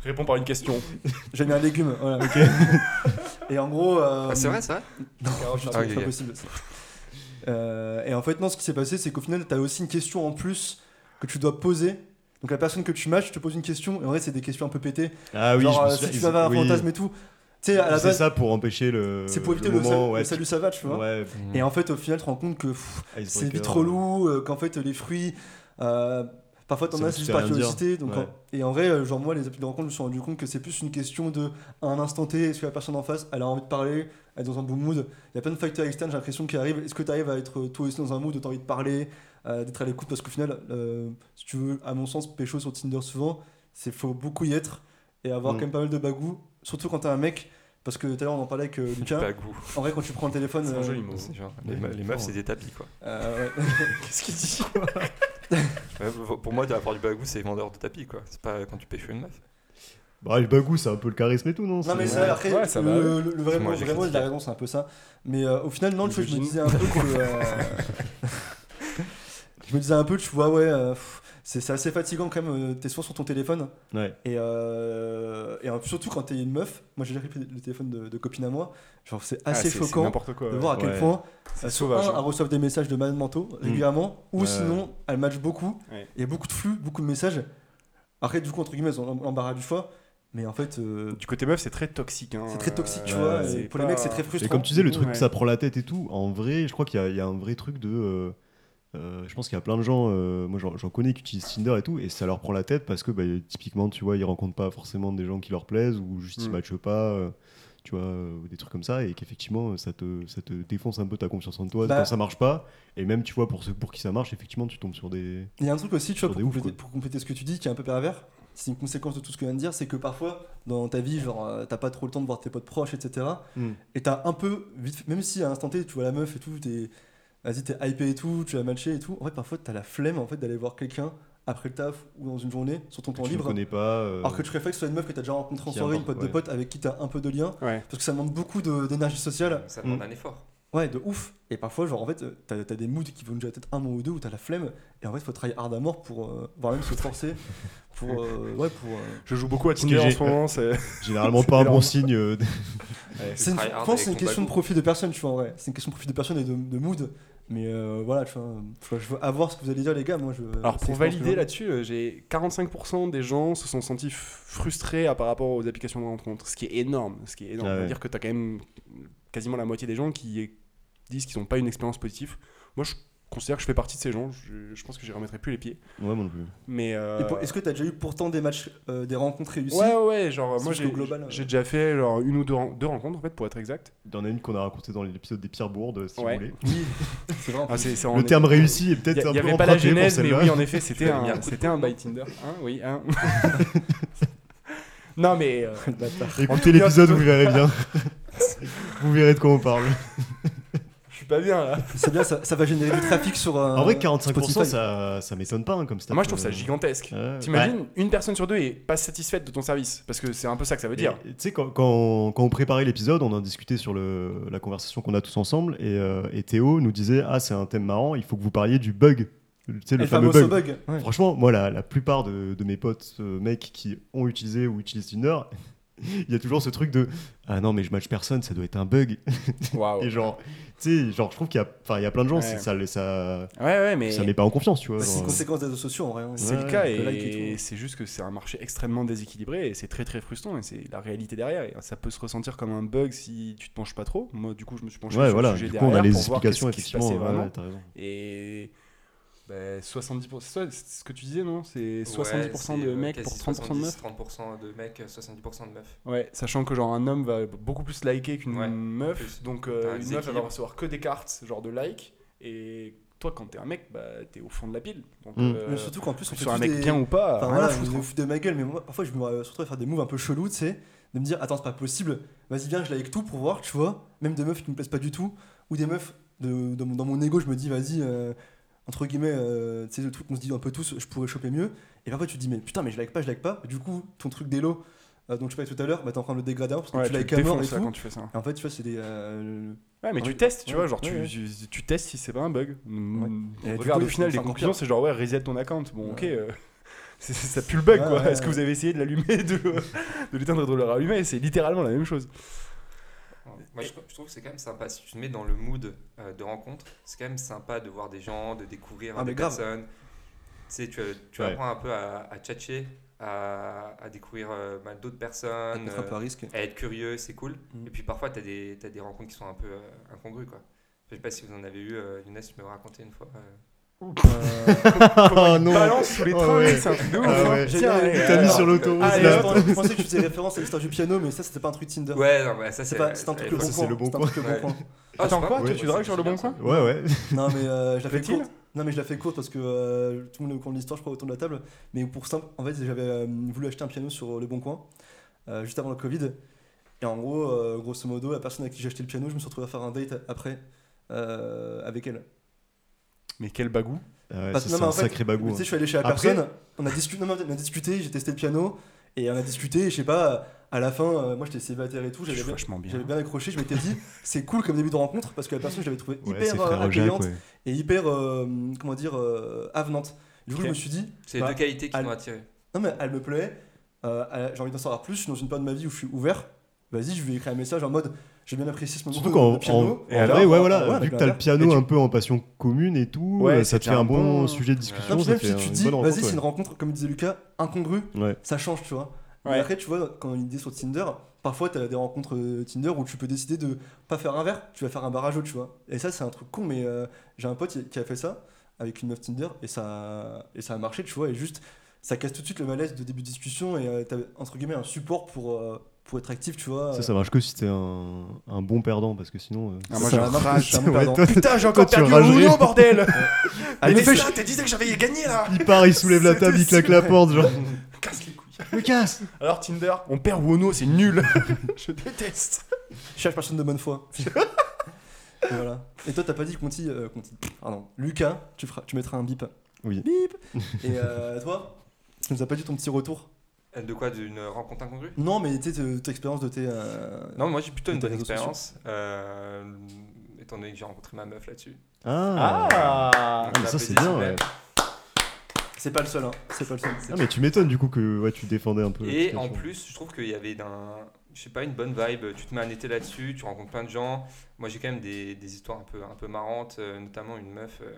Réponds par une question.
J'ai mis un légume, voilà. et en gros. euh,
Ah, c'est vrai, ça
Non, putain,
Ah, ok,
c'est pas
ok.
possible. Euh, et en fait, non, ce qui s'est passé, c'est qu'au final, t'as aussi une question en plus que tu dois poser. Donc la personne que tu matches te pose une question, et en vrai, c'est des questions un peu pétées.
Ah oui,
Genre,
je me
euh,
souviens,
si tu
ils-
avais un
oui.
fantasme et tout. Tu sais, à la
C'est
base,
ça pour empêcher le.
c'est pour éviter
le
le,
moment,
sal-
ouais,
le salut, ça va, tu vois.
Ouais,
Et en fait, au final, tu te rends compte que pff, c'est
icebreaker,
vite relou, euh, qu'en fait, les fruits. euh, Parfois, t'en
Ça
as,
veut
c'est
tout
juste
à
par
rien dire.
curiosité. Donc,
Ouais.
en- Et en vrai, euh, genre, moi, les applis de rencontre, je me suis rendu compte que c'est plus une question de à un instant T, est-ce que la personne en face, elle a envie de parler, elle est dans un bon mood. Il y a plein de facteurs externes, j'ai l'impression, qui arrivent. Est-ce que tu arrives à être euh, toi aussi dans un mood où t'as envie de parler, euh, d'être à l'écoute Parce qu'au final, euh, si tu veux, à mon sens, pécho sur Tinder souvent, c'est faut beaucoup y être et
Mm.
avoir quand même pas mal de bagou, surtout quand t'es un mec. Parce que tout à l'heure, on en parlait avec euh, Lucas.
Pas goût.
En vrai, quand tu prends le téléphone.
C'est un
euh,
joli mot.
C'est genre, Les,
Ouais,
me- les meufs,
fort.
c'est des tapis, quoi.
euh, ouais.
Qu'est-ce qu'il dit
Ouais, pour- Pour moi, de la part du bagou, c'est vendeur de tapis, quoi. C'est pas quand tu pêches une meuf.
Bah, le bagou, c'est un peu le charisme et tout, non
Non mais
C'est-
ça, après,
Ouais, ça va,
le, le- le vrai
Moi,
mot,
j'ai
vraiment,
critiqué.
la raison, c'est un peu ça. Mais euh, au final, non, tu vois, je me
Misogyne.
disais un peu que... euh, je me disais un peu, tu vois, ouais, euh, pff, c'est c'est assez fatigant quand même, euh, t'es souvent sur ton téléphone.
Ouais.
Et, euh, et euh, surtout quand t'es une meuf, moi j'ai déjà pris le téléphone de, de copine à moi, genre c'est assez
Ah, C'est
choquant
n'importe quoi.
de
ouais.
voir à quel
Ouais.
point
C'est
elles
sauvage. hein.
reçoivent des messages de malades mentaux régulièrement, ou
Ouais.
sinon elles matchent beaucoup.
Ouais.
Il y a beaucoup de flux, beaucoup de messages. Après, du coup, entre guillemets, ils ont l'embarras du choix. Mais en fait, euh,
hein. Du côté meuf, c'est très toxique. hein.
c'est très toxique, tu
Euh,
vois.
c'est
et pour les mecs, c'est très frustrant.
Et comme tu disais, le truc,
Ouais.
ça prend la tête et tout. En vrai, je crois qu'il y, a- il y a un vrai truc de. euh, euh, je pense qu'il y a plein de gens, euh, moi j'en j'en connais qui utilisent Tinder et tout, et ça leur prend la tête parce que bah, typiquement, tu vois, ils rencontrent pas forcément des gens qui leur plaisent ou juste ils
Mm.
matchent pas, euh, tu vois, euh, ou des trucs comme ça, et qu'effectivement, ça te, ça te défonce un peu ta confiance en toi
Bah.
quand ça marche pas. Et même, tu vois, pour ceux pour qui ça marche, effectivement, tu tombes sur des.
Il y a un truc aussi, tu
Sur
vois, pour,
des ouf,
compléter, pour compléter ce que tu dis, qui est un peu pervers, c'est une conséquence de tout ce que je viens de dire, c'est que parfois, dans ta vie, genre, euh, t'as pas trop le temps de voir tes potes proches, etc.
Mm.
Et t'as un peu, vite, fait- même si à l'instant T, tu vois la meuf et tout, t'es, vas-y, t'es hypé et tout, tu vas matcher et tout, en fait, parfois, t'as la flemme, en fait, d'aller voir quelqu'un après le taf ou dans une journée, sur ton temps
que tu ne
libre.
connais pas. euh,
Alors que tu préfères que ce soit une meuf que t'as déjà rencontrée en
Qui
soirée, une
importe,
pote de
ouais.
pote avec qui t'as un peu de lien,
Ouais.
parce que ça demande beaucoup de- d'énergie sociale.
Ça demande
Mm.
un effort.
Ouais, de ouf. Et parfois, genre, en fait, euh, t'as t'as des moods qui vont déjà peut-être un mois ou deux où t'as la flemme. Et en fait, faut travailler hard à mort pour, euh, voire même se forcer pour. euh, ouais, pour. euh,
Je joue beaucoup à
Tinder
Tinder en
en
ce
ce
moment. C'est
Généralement, pas un
énorme.
bon signe. euh,
C'est une-
travailles
je
hard
pense que c'est une
avec ton
question de
bagou.
profil de personne, tu vois, en vrai. C'est une question de profil de personne et de, de mood. Mais euh, voilà, tu vois, faut- je veux avoir ce que vous allez dire, les gars. Moi, je.
Alors
c'est
pour
l'expérience que
valider
j'ai.
là-dessus, euh, j'ai 45% des gens se sont sentis f- frustrés à- par rapport aux applications de rencontre, ce qui est énorme. Ce qui est énorme.
Ah ouais.
C'est-à-dire que tu as quand même quasiment la moitié des gens qui disent qu'ils n'ont pas une expérience positive. Moi, je considère que je fais partie de ces gens. Je, je pense que j'y remettrai plus les pieds.
Ouais, moi non plus.
Mais
Et pour-
euh,
Est-ce que t'as déjà eu pourtant des matchs, euh, des rencontres réussies
ouais, ouais, ouais, genre
C'est
moi
juste
j'ai
au global,
j'ai
euh.
déjà fait genre une ou deux, ren- deux rencontres en fait pour être exact.
Il y en a une qu'on a racontée dans l'épisode des Pierres Bourdes, si
Ouais.
vous voulez.
Oui, c'est vrai. en
Ah,
plus.
c'est- c'est en-
Le terme réussi est
Il
peut-être un
n'y
peu
avait pas la
emprunté pour
genèse, mais
celle-là.
oui, en effet, c'était
m'avais mis un
un,
coup de
c'était un by Tinder. Hein, oui, hein. non, mais euh,
Écoutez l'épisode, vous verrez bien. vous verrez de quoi on parle.
je suis pas bien là.
C'est bien, ça, ça va générer du trafic sur. euh,
En vrai, 45%,
Spotify.
ça, ça m'étonne pas hein, comme stat.
Moi, je trouve
euh,
ça gigantesque.
ouais.
T'imagines, une personne sur deux est pas satisfaite de ton service Parce que c'est un peu ça que ça veut
Et-
dire.
Tu sais, quand, quand on, quand on préparait l'épisode, on en discutait sur le, la conversation qu'on a tous ensemble, et, euh, et Théo nous disait Ah, c'est un thème marrant, il faut que vous parliez du bug. Tu sais, le
El
fameux
famoso
bug. Franchement, moi, la, la plupart de, de mes potes euh, mecs qui ont utilisé ou utilisent Tinder, il y a toujours ce truc de Ah non, mais je match personne, ça doit être un bug.
Waouh.
Et
Ouais,
genre, tu sais, genre, je trouve qu'il y a, enfin, il y a plein de gens,
Ouais.
c'est- ça, les- ça,
ouais, mais
ça met pas en confiance, tu vois.
Bah, C'est
genre,
une conséquence des réseaux sociaux, en vrai. hein. ouais.
c'est le
euh, Ouais,
cas.
le like
Et
et
c'est juste que c'est un marché extrêmement déséquilibré et c'est très très frustrant. Et c'est la réalité derrière. Et ça peut se ressentir comme un bug si tu te penches pas trop. Moi, du coup, je me suis penché
ouais,
sur
voilà,
le sujet
du coup,
derrière
on a les
pour voir
explications,
qu'est-ce qui se
effectivement.
passait
ouais,
vraiment.
ouais, t'as raison.
Et ben, 70%, c'est ce que tu disais, non
Ouais,
C'est 70%
c'est,
de
euh,
mecs
quasi
pour 30% de
70,
meufs
30% de mecs, euh, 70% de meufs.
Ouais, sachant que genre un homme va beaucoup plus liker qu'une
Ouais,
meuf,
plus.
donc euh,
T'as un
une meuf elle va
déséquilibre.
recevoir que des cartes genre de like et toi quand t'es un mec bah t'es au fond de la pile. Donc
Mm.
euh,
Mais surtout qu'en plus,
que
on
tu
fait
sois un
tous
mec
des-
bien ou pas,
Enfin
rien
voilà,
à
vous
foutre. hein.
vous foutez de ma gueule, mais moi, parfois je me euh, surtout à faire des moves un peu chelous, tu sais, de me dire attends c'est pas possible, vas-y viens je like tout pour voir, tu vois, même des meufs qui me plaisent pas du tout, ou des meufs de, dans, mon- dans mon ego je me dis vas-y euh, entre guillemets, euh, tu sais le truc qu'on se dit un peu tous, je pourrais choper mieux, et parfois tu te dis mais putain mais je like pas, je like pas, du coup ton truc d'élo euh, dont tu parlais tout à l'heure, bah t'es en train de le dégrader parce que
Ouais,
tu
tu
likes
te
à mort et
défonces là,
tout.
quand tu fais ça.
Et en fait tu vois c'est des... euh,
Ouais mais
Ouais.
tu testes tu
Ouais.
vois genre
Ouais,
tu,
ouais.
tu, tu testes si c'est pas un bug. Mm.
Et du
Regarde
coup,
au final
c'est
les
encore
conclusions
pire.
c'est genre ouais reset ton account. Bon ok
Ouais.
euh, c'est- c'est- ça pue le bug
Ouais,
quoi.
ouais,
Est-ce que
ouais.
vous avez essayé de l'allumer, de, de l'éteindre et de le rallumer C'est littéralement la même chose.
Moi, je, je trouve que c'est quand même sympa. Si tu te mets dans le mood euh, de rencontre, c'est quand même sympa de voir des gens, de découvrir
Ah, mais
des
grave.
personnes. Tu sais, tu, tu
Ouais.
apprends un peu à, à tchatcher, à, à découvrir euh, bah, d'autres
à
personnes,
mettre un peu
euh,
à risque.
à être curieux, c'est cool.
Mm.
Et puis parfois, tu as, des t'as des rencontres qui sont un peu euh, incongrues, quoi. Je sais pas si vous en avez eu, euh, Younes, tu m'avais raconté une fois. euh,
Euh,
Ah non
Balance sous les
Ah
trains,
ouais.
c'est un truc de ouf.
Ah
hein.
ouais.
Tiens,
Génial.
allez,
T'as mis
alors.
sur l'autoroute
Allez,
là.
hop.
Attends, Ah, je pensais que tu faisais référence à l'histoire du piano, mais ça c'était pas un truc Tinder.
Ouais, non, bah, ça
C'est
c'est.
pas- c'est un truc le
ça,
bon
c'est
coin.
le bon
c'est un
coin.
truc le
Ouais.
bon coin.
Ah,
Attends
c'est pas-
quoi
ouais,
Toi
ouais,
tu dragues
c'est-
sur le
c'est
bon
bien,
coin
ça.
Ouais, ouais.
Non mais euh, je la fais
Fait-il
courte. Non mais je la fais courte parce que euh, tout le monde est au courant de l'histoire, je crois, autour de la table. Mais pour simple, en fait, j'avais euh, voulu acheter un piano sur euh, Le Bon Coin, euh, juste avant le Covid. Et en gros, euh, grosso modo, la personne à qui j'ai acheté le piano, je me suis retrouvé à faire un date après euh, avec elle.
Mais quel bagou
Ah ouais,
Parce-
ça,
non,
c'est
mais en
un
fait,
sacré bagou. hein.
Mais Tu sais, je suis allé chez la
Après-
personne, on a, discuté, non, mais on a discuté, j'ai testé le piano, et on a discuté, et je sais pas, à la fin, euh, moi j'étais célibataire et tout,
Je
j'avais
suis
bien,
vachement bien.
j'avais bien accroché, je m'étais dit, c'est cool comme début de rencontre, parce que la personne, je l'avais trouvée
hein. Ouais, c'est
hyper euh,
frère Jacques,
accueillante
ouais.
et hyper, euh, comment dire, euh, avenante. Du coup,
Ok.
je me suis dit,
C'est les
bah,
deux qualités qui
Al-
m'ont attiré.
non, mais elle me plaît, euh, elle- j'ai envie d'en savoir plus, je suis dans une période de ma vie où je suis ouvert. Vas-y, je vais écrire un message en mode J'ai bien apprécié ce moment
Surtout
de-
qu'en
de piano.
en- en
Et alors,
vrai, ouais,
en-
voilà,
ouais,
vu
avec
que
la
t'as le
harpe.
piano
Et tu-
un peu en passion commune et tout,
Ouais,
euh, ça
c'est
te fait un
un
bon
bon-
sujet de
Non,
discussion.
puis
ça
même
fait
si
un-
tu
une
dis,
bonne rencontre,
vas-y, c'est
ouais.
une rencontre, comme disait Lucas, incongrue,
Ouais.
ça change, tu vois. Mais
Ouais.
après, tu vois, quand une idée sur Tinder, parfois, tu as des rencontres euh, Tinder où tu peux décider de pas faire un verre, tu vas faire un barrage, tu vois. Et ça, c'est un truc con, mais euh, j'ai un pote qui- qui a fait ça avec une meuf Tinder et ça, et ça a marché, tu vois. Et juste, ça casse tout de suite le malaise de début de discussion et euh, t'as, entre guillemets, un support pour, euh, pour être actif, tu vois.
Ça, ça marche que si t'es un, un bon perdant, parce que sinon. euh,
Ah,
Ça,
moi,
ça
je
m'a marqué,
rage.
j'étais un
Ouais,
peu perdant.
toi,
Putain, j'ai
Toi,
encore
tu
perdu
ragerais.
au Uno, bordel
le
Allez,
fait,
ça, t'as disais que j'avais gagné, là
il part, il soulève la table, il claque la porte, genre.
Casse les couilles.
Lucas
Alors, Tinder, on perd Wono, c'est nul Je déteste
Cherche personne de bonne foi. et voilà. Et toi, t'as pas dit Conti, euh, Conti. Pardon. Lucas, tu, feras, tu mettras un bip.
Oui.
Bip Et euh, toi Tu nous as pas dit ton petit retour
Euh, De quoi D'une rencontre incongrue
Non, mais tu sais, te- ton expérience de tes. euh,
Non, moi j'ai plutôt une
Des
bonne
réseaux sociaux.
expérience. euh, étant donné que j'ai rencontré ma meuf là-dessus.
Ah, Ah, mais ça, c'est bien, ouais.
C'est pas le seul, hein. C'est pas le seul.
Ah, mais tu m'étonnes du coup que ouais, tu défendais un peu.
Et en
l'application.
plus, je trouve qu'il y avait d'un, je sais pas, une bonne vibe. Tu te mets un été là-dessus, tu rencontres plein de gens. Moi, j'ai quand même des, des histoires un peu, un peu marrantes, euh, notamment une meuf euh,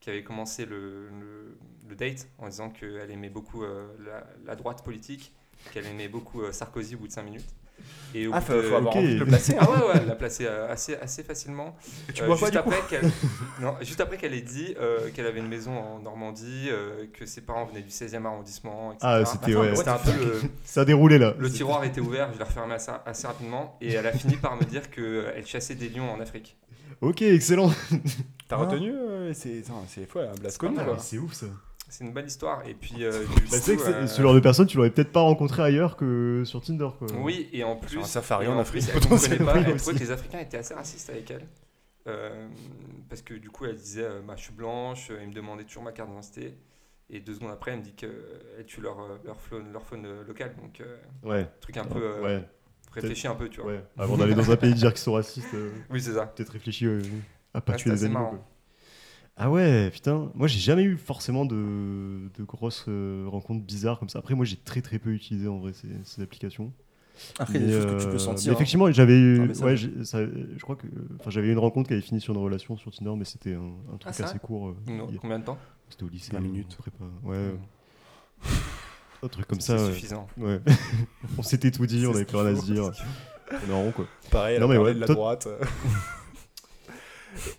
qui avait commencé le, le- le date en disant qu'elle aimait beaucoup euh, la, la droite politique, qu'elle aimait beaucoup euh, Sarkozy au bout de 5 minutes. Et au
Ah,
bout
faut,
de-
faut avoir
ok.
envie de le placer.
Ah ouais, ouais, elle l'a placé euh, assez, assez facilement.
tu
Euh,
bois pas,
juste
du coup
après qu'elle- non, Juste après qu'elle ait dit euh, qu'elle avait une maison en Normandie, euh, que ses parents venaient du 16e arrondissement, etc.
Ah, c'était,
Attends,
ouais.
mais what
C'était un peu le,
Ça déroulait là.
le tiroir était ouvert, je l'ai refermé assez, assez rapidement et elle a fini par me dire qu'elle chassait des lions en Afrique.
Ok, excellent.
T'as
Ah.
retenu euh, C'est attends, c'est hein. fou, la
C'est pas
Blascone,
mal,
quoi.
ouais.
Ah, C'est ouf ça.
C'est une belle histoire. Et puis, euh, du
Bah,
coup,
c'est vrai que c'est-
euh,
ce genre de personne, tu l'aurais peut-être pas rencontré ailleurs que sur Tinder quoi.
Oui, et en plus.
Sur un safari
et
en Afrique,
plus, elle comprenait
potentiellement
pas. Elle
aussi.
trouvait que les Africains étaient assez racistes avec elle. Euh, parce que du coup, elle disait euh, bah, Je suis blanche, euh, ils me demandaient toujours ma carte d'identité. Et deux secondes après, elle me dit qu'elle tue leur, euh, leur, faune, leur faune euh, locale. Donc, euh,
Ouais.
truc un peu. euh,
ouais,
Réfléchis un peu, tu vois.
ouais. Avant d'aller dans un pays dire qu'ils sont racistes, euh,
Oui, c'est ça.
peut-être réfléchir euh, à pas
Ouais,
tuer
c'est
des
assez
animaux.
marrant.
quoi. Ah ouais, putain. Moi j'ai jamais eu forcément de, de grosses euh, rencontres bizarres comme ça. Après, moi j'ai très très peu utilisé en vrai ces, ces applications.
Après, il y
Mais,
a des choses que tu
euh,
peux
mais
sentir. hein.
effectivement, j'avais eu.
Ah, mais ça,
ouais,
ouais.
j'ai- ça- je crois que. Enfin, j'avais eu une rencontre qui avait fini sur une relation sur Tinder, mais c'était un, un truc
c'est
assez
vrai
court. euh,
Non,
hier.
combien de temps
C'était au lycée.
20
euh,
minutes.
prépa. Ouais, un truc comme ça. euh,
C'est
ouais.
suffisant.
Ouais. on s'était tout dit, on avait plus rien à se dire. On est en rond quoi.
Pareil, elle
Non,
a
mais
parlé
ouais,
de la
toi-
droite.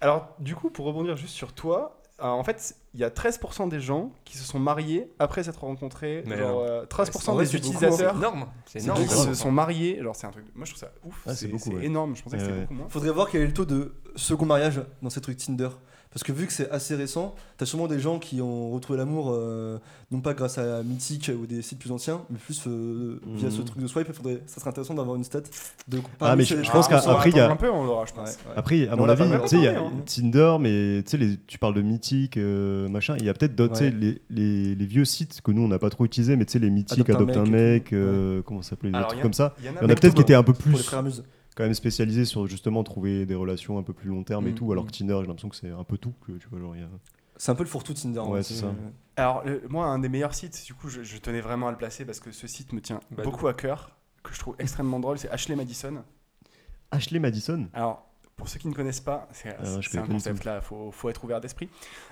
Alors, du coup, pour rebondir juste sur toi, euh, en fait, il y a 13% des gens qui se sont mariés après s'être rencontrés.
Mais
genre, euh, 13%
en vrai,
des
c'est beaucoup,
utilisateurs
C'est énorme. C'est
énorme.
énorme.
qui se sont mariés. Genre, c'est un truc. de- Moi, je trouve ça ouf.
Ah, c'est
c'est
beaucoup,
c'est
ouais.
énorme. Je pensais que
Ouais,
c'était
ouais.
beaucoup moins.
Faudrait voir quel est le taux de second mariage dans ces trucs Tinder. Parce que vu que c'est assez récent, t'as sûrement des gens qui ont retrouvé l'amour, euh, non pas grâce à Mythic ou des sites plus anciens, mais plus euh, via
Mhm.
ce truc de swipe. Faudrait, ça serait intéressant d'avoir une stat de.
Ah, mais
parmi ces-
je pense
Ah,
qu'à-
on va
après, il y a-
attendre un peu, on l'aura, je
Ouais,
pense.
ouais.
Après, à
Mais
mon
on l'a
avis,
pas mal
tu sais, il y a
parlé, hein.
Tinder, mais tu sais, les- tu parles de Mythique, euh, machin. Il y a peut-être d'autres, tu sais,
Ouais.
les, les, les vieux sites que nous on n'a pas trop utilisés, mais tu sais, les Mythiques,
Adopte
Adopte
un
un
mec et
mec,
tout.
euh, comment ça s'appelait, des
Alors,
trucs
y a-
comme ça.
y en
Il y en a
mais-
peut-être qui étaient un peu
Pour les
plus
frères Muse.
quand même spécialisés sur justement trouver des relations un peu plus long terme et
Mm.
tout, alors
Mm.
que Tinder, j'ai l'impression que c'est un peu tout. Que, tu vois, genre, il y a-
C'est un peu le fourre-tout Tinder.
Ouais,
hein,
c'est ça.
Alors, le- moi, un des meilleurs sites, du coup, je, je tenais vraiment à le placer parce que ce site me tient
Badou.
beaucoup à cœur, que je trouve extrêmement drôle, c'est Ashley Madison.
Ashley Madison
Alors, pour ceux qui ne connaissent pas, c'est
Ah je
c'est
connais
un
pas du
concept là, il faut, faut être ouvert d'esprit.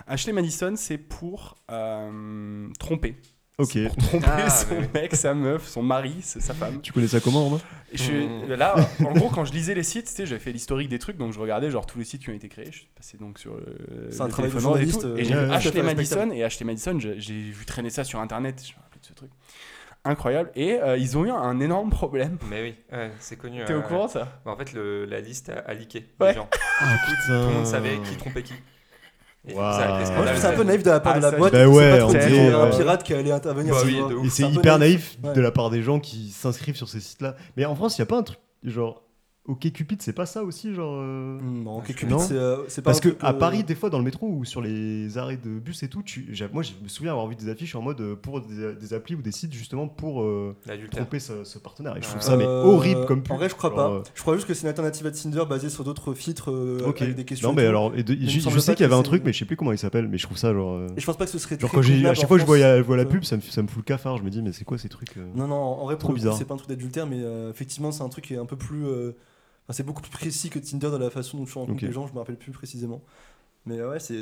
Ashley Madison, c'est pour euh, tromper.
Ok.
C'est Pour tromper
Ah,
son
oui, oui.
mec, sa meuf, son mari, sa sa femme.
Tu connais ça comment, Romain
Et je-
Mm.
là, en gros, quand je lisais les sites, tu sais, j'avais fait l'historique des trucs, donc je regardais genre tous les sites qui ont été créés. Je suis passé donc sur euh,
C'est un
le
travail de
téléphone Android et
journaliste,
tout,
euh,
Et j'ai vu
ouais, ouais.
Ashley
Respectable.
Madison, et Ashley Madison, je- j'ai vu traîner ça sur internet. Je me rappelle de ce truc. Incroyable. Et euh, ils ont eu un énorme problème.
Mais oui, ouais, c'est connu.
T'es au
euh,
courant ça
bah, En fait, le- la liste a, a leaké
Ouais.
les gens.
Ah putain
Tout le monde savait qui trompait qui. Et du coup,
Waouh.
ça a
Moi,
créé
Moi, je
scandale.
trouve ça un peu naïf de la part
Ah,
de la
ça,
boîte.
bah
c'est
ouais,
pas
on
trop
dirait,
un
euh,
pirate qui allait intervenir.
Bah
c'est
oui,
vrai.
de ouf.
Et
C'est
c'est
un peu
hyper naïf
naïf.
de
Ouais.
la part des gens qui s'inscrivent sur ces sites-là. Mais en France, il n'y a pas un truc genre OK Cupid, c'est pas ça aussi genre euh,
Non,
je-
Cupid,
Non.
c'est euh, c'est Mm. pas
Parce
un
que
truc,
à
euh,
Paris, des fois dans le métro ou sur les arrêts de bus et tout, tu, j'a- moi je me souviens avoir vu des affiches en mode euh, pour des, des applis ou des sites justement pour euh,
L'adultère.
tromper ce, ce partenaire. Et je trouve
Euh,
ça mais
euh,
horrible comme pub.
En vrai, je crois
Genre,
pas.
euh,
Je crois juste que c'est une alternative à Tinder basée sur d'autres filtres euh,
ok.
avec des questions.
Non
et
mais
tout.
alors, et de-
me
je, je
semble
sais
pas
qu'il y avait
que
un
c'est-
truc, mais je sais plus comment il s'appelle, mais je trouve ça genre. euh,
Et je pense pas que ce serait
Genre
très
quand j'ai, à
convenable
chaque
en
fois que je
France.
vois, la- je vois la
tu
pub, ça me, ça me fout le cafard. Je me dis mais c'est quoi ces trucs euh
Non, non, en vrai,
Trop
pour le coup,
bizarre.
c'est pas un truc d'adultère, mais euh, effectivement, c'est un truc qui est un peu plus. euh, Enfin, c'est beaucoup plus précis que Tinder dans la façon dont tu rencontres
Ok.
les gens, je me rappelle plus précisément. Mais euh, ouais, c'est.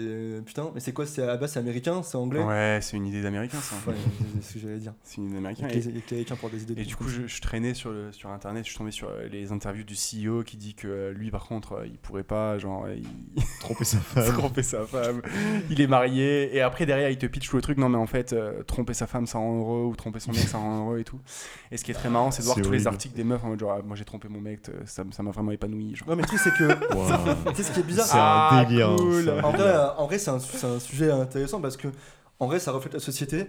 Putain, mais c'est quoi c'est À la base, c'est américain, c'est anglais
Ouais, c'est une idée d'américain, ça.
Ouais, c'est ce que j'allais dire.
C'est une idée d'américain.
Avec
Et-
les, avec les Américains pour des idées de
Et du coup, je, je traînais sur, le, sur internet, je suis tombé sur euh, les interviews du CEO qui dit que euh, lui, par contre, euh, il pourrait pas, genre, euh, il
Tromper sa femme.
tromper sa femme, il est marié, et après derrière, il te pitch le truc, non, mais en fait, euh, tromper sa femme, ça rend heureux, ou tromper son mec, ça rend heureux et tout. Et ce qui est très marrant, c'est de voir
C'est
tous les
horrible.
articles des meufs en mode, genre, ah, moi j'ai trompé mon mec, t- ça m- ça m'a vraiment épanoui. Genre.
Non, mais le truc, c'est que.
Waouh.
tu sais, ce qui est bizarre,
C'est un
Ah,
délire. hein,
cool.
c'est un
En vrai,
délire.
euh, en vrai, c'est un, su- c'est un sujet intéressant parce que en vrai, ça reflète la société.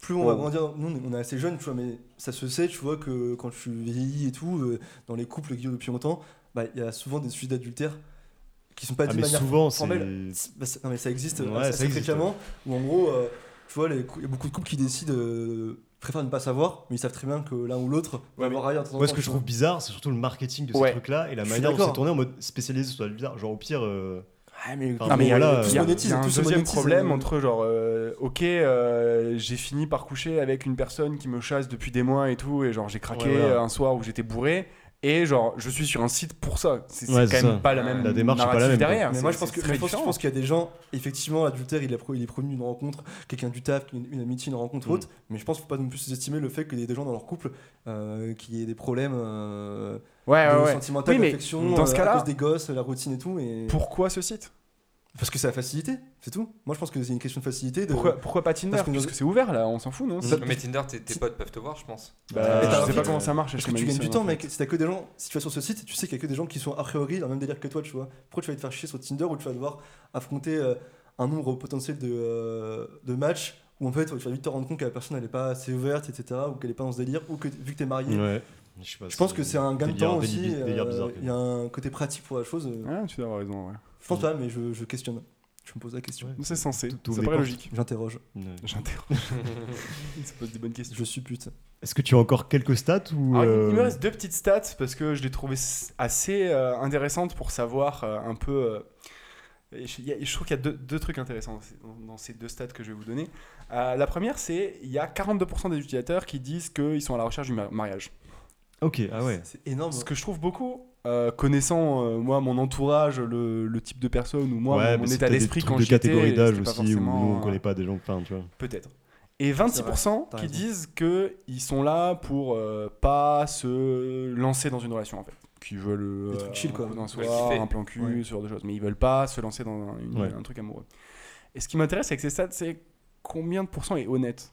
Plus on va
Ouais.
grandir, nous on est- on est assez jeunes, tu vois, mais ça se sait, tu vois, que quand tu vieillis et tout, euh, dans les couples qui durent depuis longtemps, bah, il y a souvent des sujets d'adultère qui sont pas
Ah,
dit de
mais
manière
souvent, c'est.
formelle. C'est- bah, c'est- non, mais ça existe
Ouais,
assez
ça existe,
fréquemment, où en gros, euh, tu vois, les cou- il y a beaucoup de couples qui décident, euh, préfèrent ne pas savoir, mais ils savent très bien que l'un ou l'autre va
Ouais,
avoir ailleurs. de temps en
Moi, ce
temps,
que
tu
je
vois.
trouve bizarre, c'est surtout le marketing de
Ouais.
ce truc-là et la
Je suis
manière dont
d'accord.
c'est tourné en mode spécialisé sur le bizarre. Genre, au pire. euh,
Ouais, Ah, mais
Enfin,
Non, mais il y a,
Voilà,
il y a-
tout se
il y a un
monétise, tout se
deuxième
monétise,
problème
euh,
entre genre, euh, ok, euh, j'ai fini par coucher avec une personne qui me chasse depuis des mois et tout, et genre j'ai craqué
Ouais, voilà.
euh, un soir où j'étais bourré, et genre je suis sur un site pour ça. C'est c'est
Ouais, c'est
quand même
ça.
pas la même
La démarche est pas la
narrative
même, quoi.
derrière.
Mais
Ah, c'est-
moi, je pense
c'est
que
très
mais je pense- je
différent.
pense qu'il y a des gens, effectivement, l'adultère, il, est pro- il est promis d'une rencontre, quelqu'un du taf, une, une amitié, une rencontre
Mm.
haute. Mais je pense qu'il faut pas non plus sous-estimer le fait qu'il y ait des gens dans leur couple euh, qui aient des problèmes euh,
Ouais,
de
Ah, ouais, ouais.
sentimentaux,
Oui, mais
d'affection,
dans ce
euh, à
cas-là-
cause des gosses, la routine et tout. Et...
Pourquoi ce site
Parce que c'est la facilité, c'est tout. Moi, je pense que c'est une question de facilité. De...
pourquoi, pourquoi pas Tinder
Euh, Parce
Parce
que
que,
nous-
c'est ouvert là, on s'en fout, non
Ça-
Non, mais Tinder, tes, tes potes peuvent te voir, je pense.
Bah,
Mais t'as
Je sais
envie
pas
de-
comment ça marche.
Parce
je
que tu
m'amuse,
gagnes du
en
temps,
fait.
mec. Si t'as que des gens, si tu vas sur ce site, tu sais qu'il y a que des gens qui sont a priori dans le même délire que toi, tu vois. Pourquoi tu vas te faire chier sur Tinder où tu vas devoir affronter euh, un nombre potentiel de, euh, de matchs où en fait tu vas vite te rendre compte que la personne elle est pas assez ouverte, etc. ou qu'elle est pas dans ce délire, ou que vu que t'es marié.
Ouais. Je, sais pas,
Mm. Je pense que c'est un gain de
délire-
temps
délire-
aussi. euh,
délire bizarre,
Il y a un côté pratique pour la chose. euh,
Ah, tu dois avoir raison, ouais.
Je pense pas, mais je, je questionne. Je me pose la question.
Ouais.
C'est censé,
Tout- tout
ça
dépend.
paraît logique.
J'interroge.
Ouais.
J'interroge.
Moi,
Ça pose des bonnes questions.
Je suppute.
Est-ce que tu as encore quelques stats ou.
Alors, Ah,
Ah,
il-
euh,
Il me reste deux petites stats parce que je les trouvais s- assez euh, intéressantes pour savoir euh, un peu. euh, et je, il y a- je trouve qu'il y a deux, deux trucs intéressants dans ces- dans- dans ces deux stats que je vais vous donner. Euh, la première, c'est il y a 42% des utilisateurs qui disent qu'ils sont à la recherche du ma- mariage.
Ok, ah ouais.
C'est énorme.
Ce que je trouve beaucoup, euh, connaissant euh, moi mon entourage, le, le type de personne ou moi
ouais,
mon
mais c'est
état
peut-être des
d'esprit
trucs
quand
de
j'étais.
catégorie d'âge
c'était pas
aussi où nous on
forcément,
connaît pas des gens. Enfin, tu vois.
Peut-être. Et
vrai,
26%
t'as
qui
raison.
disent qu'ils sont là pour euh, pas se lancer dans une relation en fait. Qui veulent euh,
Des trucs chill,
un
quoi.
coup d'un
Ils veulent
soir,
kiffer.
un plan cul,
Ouais.
ce genre de choses. Mais ils veulent pas se lancer dans un, une-
Ouais.
un truc amoureux. Et ce qui m'intéresse avec ces stats, c'est combien de pourcents est honnête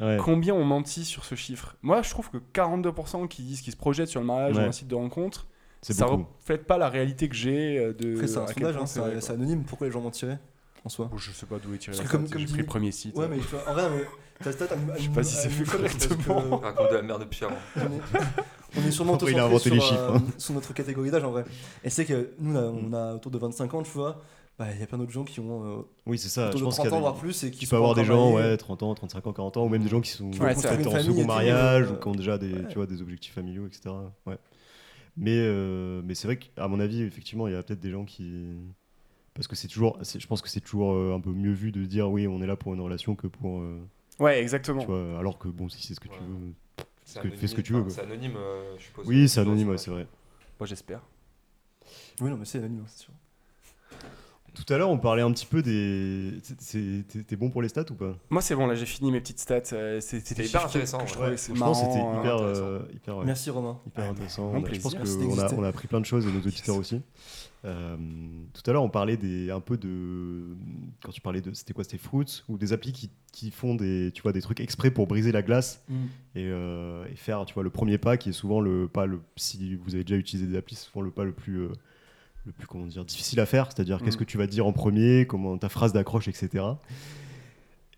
Ouais.
Combien ont menti sur ce chiffre Moi je trouve que 42% qui disent qu'ils se projettent sur le mariage
Ouais.
ou un site de rencontre,
C'est
ça
beaucoup.
reflète pas la réalité que j'ai euh, de.
Après, c'est
à
un
quel
sondage,
point
hein,
c'est vrai,
c'est
quoi.
c'est anonyme. Pourquoi les gens mentiraient en soi
Bon, je sais pas d'où est tiré la
Parce que comme-
stat,
comme
J'ai
dit-
pris le premier site.
Ouais, mais tu vois, en vrai, mais ta stat, elle- elle-
Je sais pas si
elle
c'est fait
nous choque parce que
correctement.
je raconte de la merde de Pierre. hein.
On est, on est sûrement tous
Après, il a inventé
sur,
les chiffres,
euh,
hein.
sur notre catégorie d'âge en vrai. Et c'est que nous, là, on a autour de 25 ans, tu vois. bah, Il y a plein d'autres gens qui ont euh,
Oui, c'est ça.
autour
Ah, Je
de
pense
30
qu'il y
ans,
a des-
voire plus. Et qui
Tu
sont
peux
pas
avoir des
encore
gens,
mariés. Mm.
ouais, 30 ans, 35 ans, 40 ans, ou même des gens qui sont
Ouais,
peut-être
c'est
en
vrai.
second
Famille,
mariage,
euh,
ou qui ont déjà des,
ouais.
tu vois, des objectifs familiaux, etc. Ouais. Mais, euh, mais c'est vrai qu'à mon avis, effectivement, il y a peut-être des gens qui. Parce que c'est toujours. c'est- Je pense que c'est toujours euh, un peu mieux vu de dire oui, on est là pour une relation que pour. euh,
Ouais, exactement.
tu vois, alors que bon, si c'est ce que tu
Ouais.
veux. que-
C'est anonyme,
fais ce que tu veux,
enfin,
quoi.
C'est anonyme, euh, je suppose.
Oui, c'est anonyme, ouais, c'est vrai.
Moi j'espère.
Oui, non, mais c'est anonyme, hein, c'est sûr.
Tout à l'heure, on parlait un petit peu des. c'est- c'est- T'es t'es bon pour les stats ou pas
Moi, c'est bon, là, j'ai fini mes petites stats. euh, C'était des
hyper
chiffres que-
intéressant,
que
ouais.
je trouvais
Ouais,
c'est
Je pense que c'était
marrant,
hyper.
hein.
intéressant.
euh, hyper ouais.
Merci Romain.
Hyper
Ah,
intéressant.
un
On a- je
plaisir,
pense
merci
qu'on a,
d'exister.
on a appris plein de choses et nos auditeurs aussi. Euh, tout à l'heure, on parlait des, un peu de. Quand tu parlais de. C'était quoi C'était Fruits Ou des applis qui, qui font des, tu vois, des trucs exprès pour briser la glace et, euh, et faire tu vois, le premier pas qui est souvent le pas le. Si vous avez déjà utilisé des applis, c'est souvent le pas le plus. euh, le plus comment dire, difficile à faire, c'est-à-dire
Mhm.
qu'est-ce que tu vas dire en premier, comment ta phrase d'accroche, etc.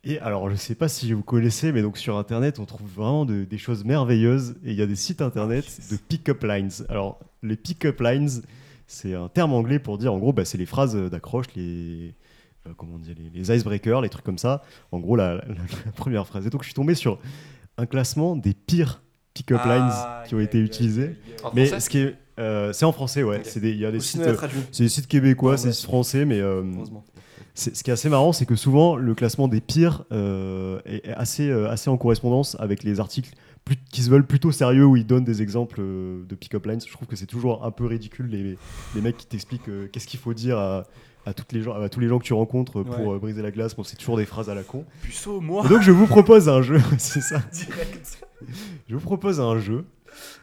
Et alors, je sais pas si vous connaissez, mais donc sur Internet, on trouve vraiment de- des choses merveilleuses. Et il y a des sites Internet de pick-up lines. Alors, les pick-up lines, c'est un terme anglais pour dire, en gros, bah, c'est les phrases d'accroche, les, euh, comment on dit, les, les icebreakers, les trucs comme ça. En gros, la, la- la première phrase. Et donc, je suis tombé sur un classement des pires pick-up
Ah,
lines qui ont été utilisés.
En
Mais
français
ce qui est, euh, c'est en français, ouais.
Ok.
C'est des- il y a des
Aussi,
sites, euh,
nous, la traduit,
c'est des sites québécois,
Ouais,
c'est
ouais.
des sites français, mais euh,
heureusement.
c'est- ce qui est assez marrant, c'est que souvent le classement des pires euh, est est assez, euh, assez en correspondance avec les articles plus- qui se veulent plutôt sérieux où ils donnent des exemples euh, de pick-up lines. Je trouve que c'est toujours un peu ridicule les, les mecs qui t'expliquent euh, qu'est-ce qu'il faut dire à, à toutes les gens, à tous les gens que tu rencontres euh, pour
Ouais.
euh, briser la glace. Bon, c'est toujours des phrases à la con.
Puceau, moi
Et donc je vous propose un jeu, c'est ça.
Direct.
Je vous propose un jeu.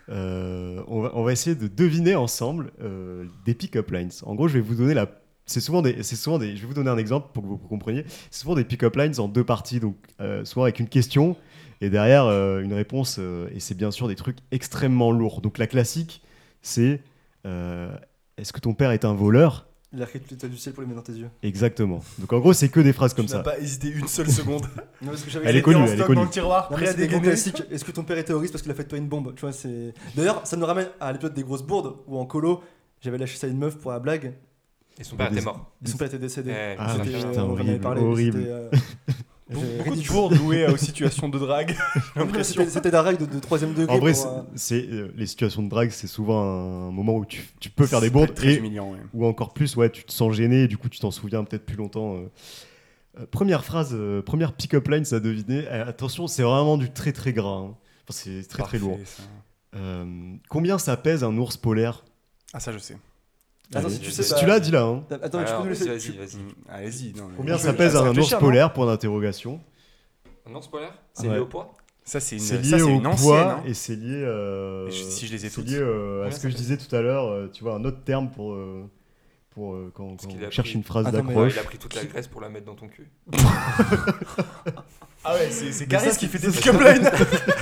Euh, on, va, on va essayer de deviner ensemble euh, des pick-up lines. En gros, je vais vous donner la. C'est souvent des. C'est souvent des. Je vais vous donner un exemple pour que vous compreniez. C'est souvent des pick-up lines en deux parties, donc euh, souvent avec une question et derrière euh, une réponse. euh, et c'est bien sûr des trucs extrêmement lourds. Donc la classique, c'est euh, Est-ce que ton père est un voleur
Il a créé tout l'état du ciel pour les mettre dans tes yeux.
Exactement. Donc en gros, c'est que des phrases comme
tu n'as
ça.
pas hésité une seule seconde.
Non, parce que j'avais
Elle est
était
connue,
en
elle est
stock
connue.
Dans le tiroir,
Non, mais
prêt à
c'est des gros
dégainer.
classiques. Est-ce que ton père est terroriste parce qu'il a fait de toi une bombe Tu vois, c'est. D'ailleurs, ça nous ramène à l'épisode des grosses bourdes où en colo, j'avais lâché ça à une meuf pour la blague
Et son père
Des-
était mort.
et son père était décédé.
Eh,
Ah,
putain,
C'était-
putain,
on en avait
horrible,
parlé, mais
horrible.
c'était, euh, j'ai
Beaucoup de
ridicule.
jours doués euh, aux situations de drague. J'ai l'impression.
C'était c'était la règle de, de troisième degré.
En vrai,
pour,
c'est-
euh,
c'est euh, les situations de drague, c'est souvent un moment où tu, tu peux faire des
C'est
bourdes
Très
et
humiliant, ouais.
ou encore plus, ouais, tu te sens gêné et du coup tu t'en souviens peut-être plus longtemps. euh. Euh, première phrase, euh, première pick-up line, ça deviner. attention, c'est vraiment du très très gras. hein. Enfin, c'est très
Parfait,
très lourd.
ça.
Euh, combien ça pèse un ours polaire
Ah, ça, je sais.
Attends,
Allez,
si tu
je-
sais
si
pas-
tu l'as, dis-la. hein.
Attends, mais tu peux
Alors,
nous
vas-y,
laisser.
vas-y, vas-y.
Mm, Allez-y. non, mais-
Combien
je-
ça pèse
ça
un
réfléchir, hein.
ours
non
polaire Point d'interrogation.
Un ours polaire C'est
Ouais.
lié au poids
Ça, c'est une,
C'est
ça,
lié
c'est
au
une
poids
ancienne. hein.
et c'est lié. euh,
Et je- si je les ai
c'est
toutes.
lié, euh, à
Combien
ce
ça
que je
fait
disais tout à l'heure. euh, tu vois, un autre terme pour euh, pour euh, quand, quand
qu'il
on
a
cherche
pris-
une phrase
Attends, mais- euh,
d'accroche.
Il a pris toute la graisse pour la mettre dans ton cul.
Ah ouais, c'est c'est
Mais
Caris
ça,
qui fait
c'est-
des pick-up lines.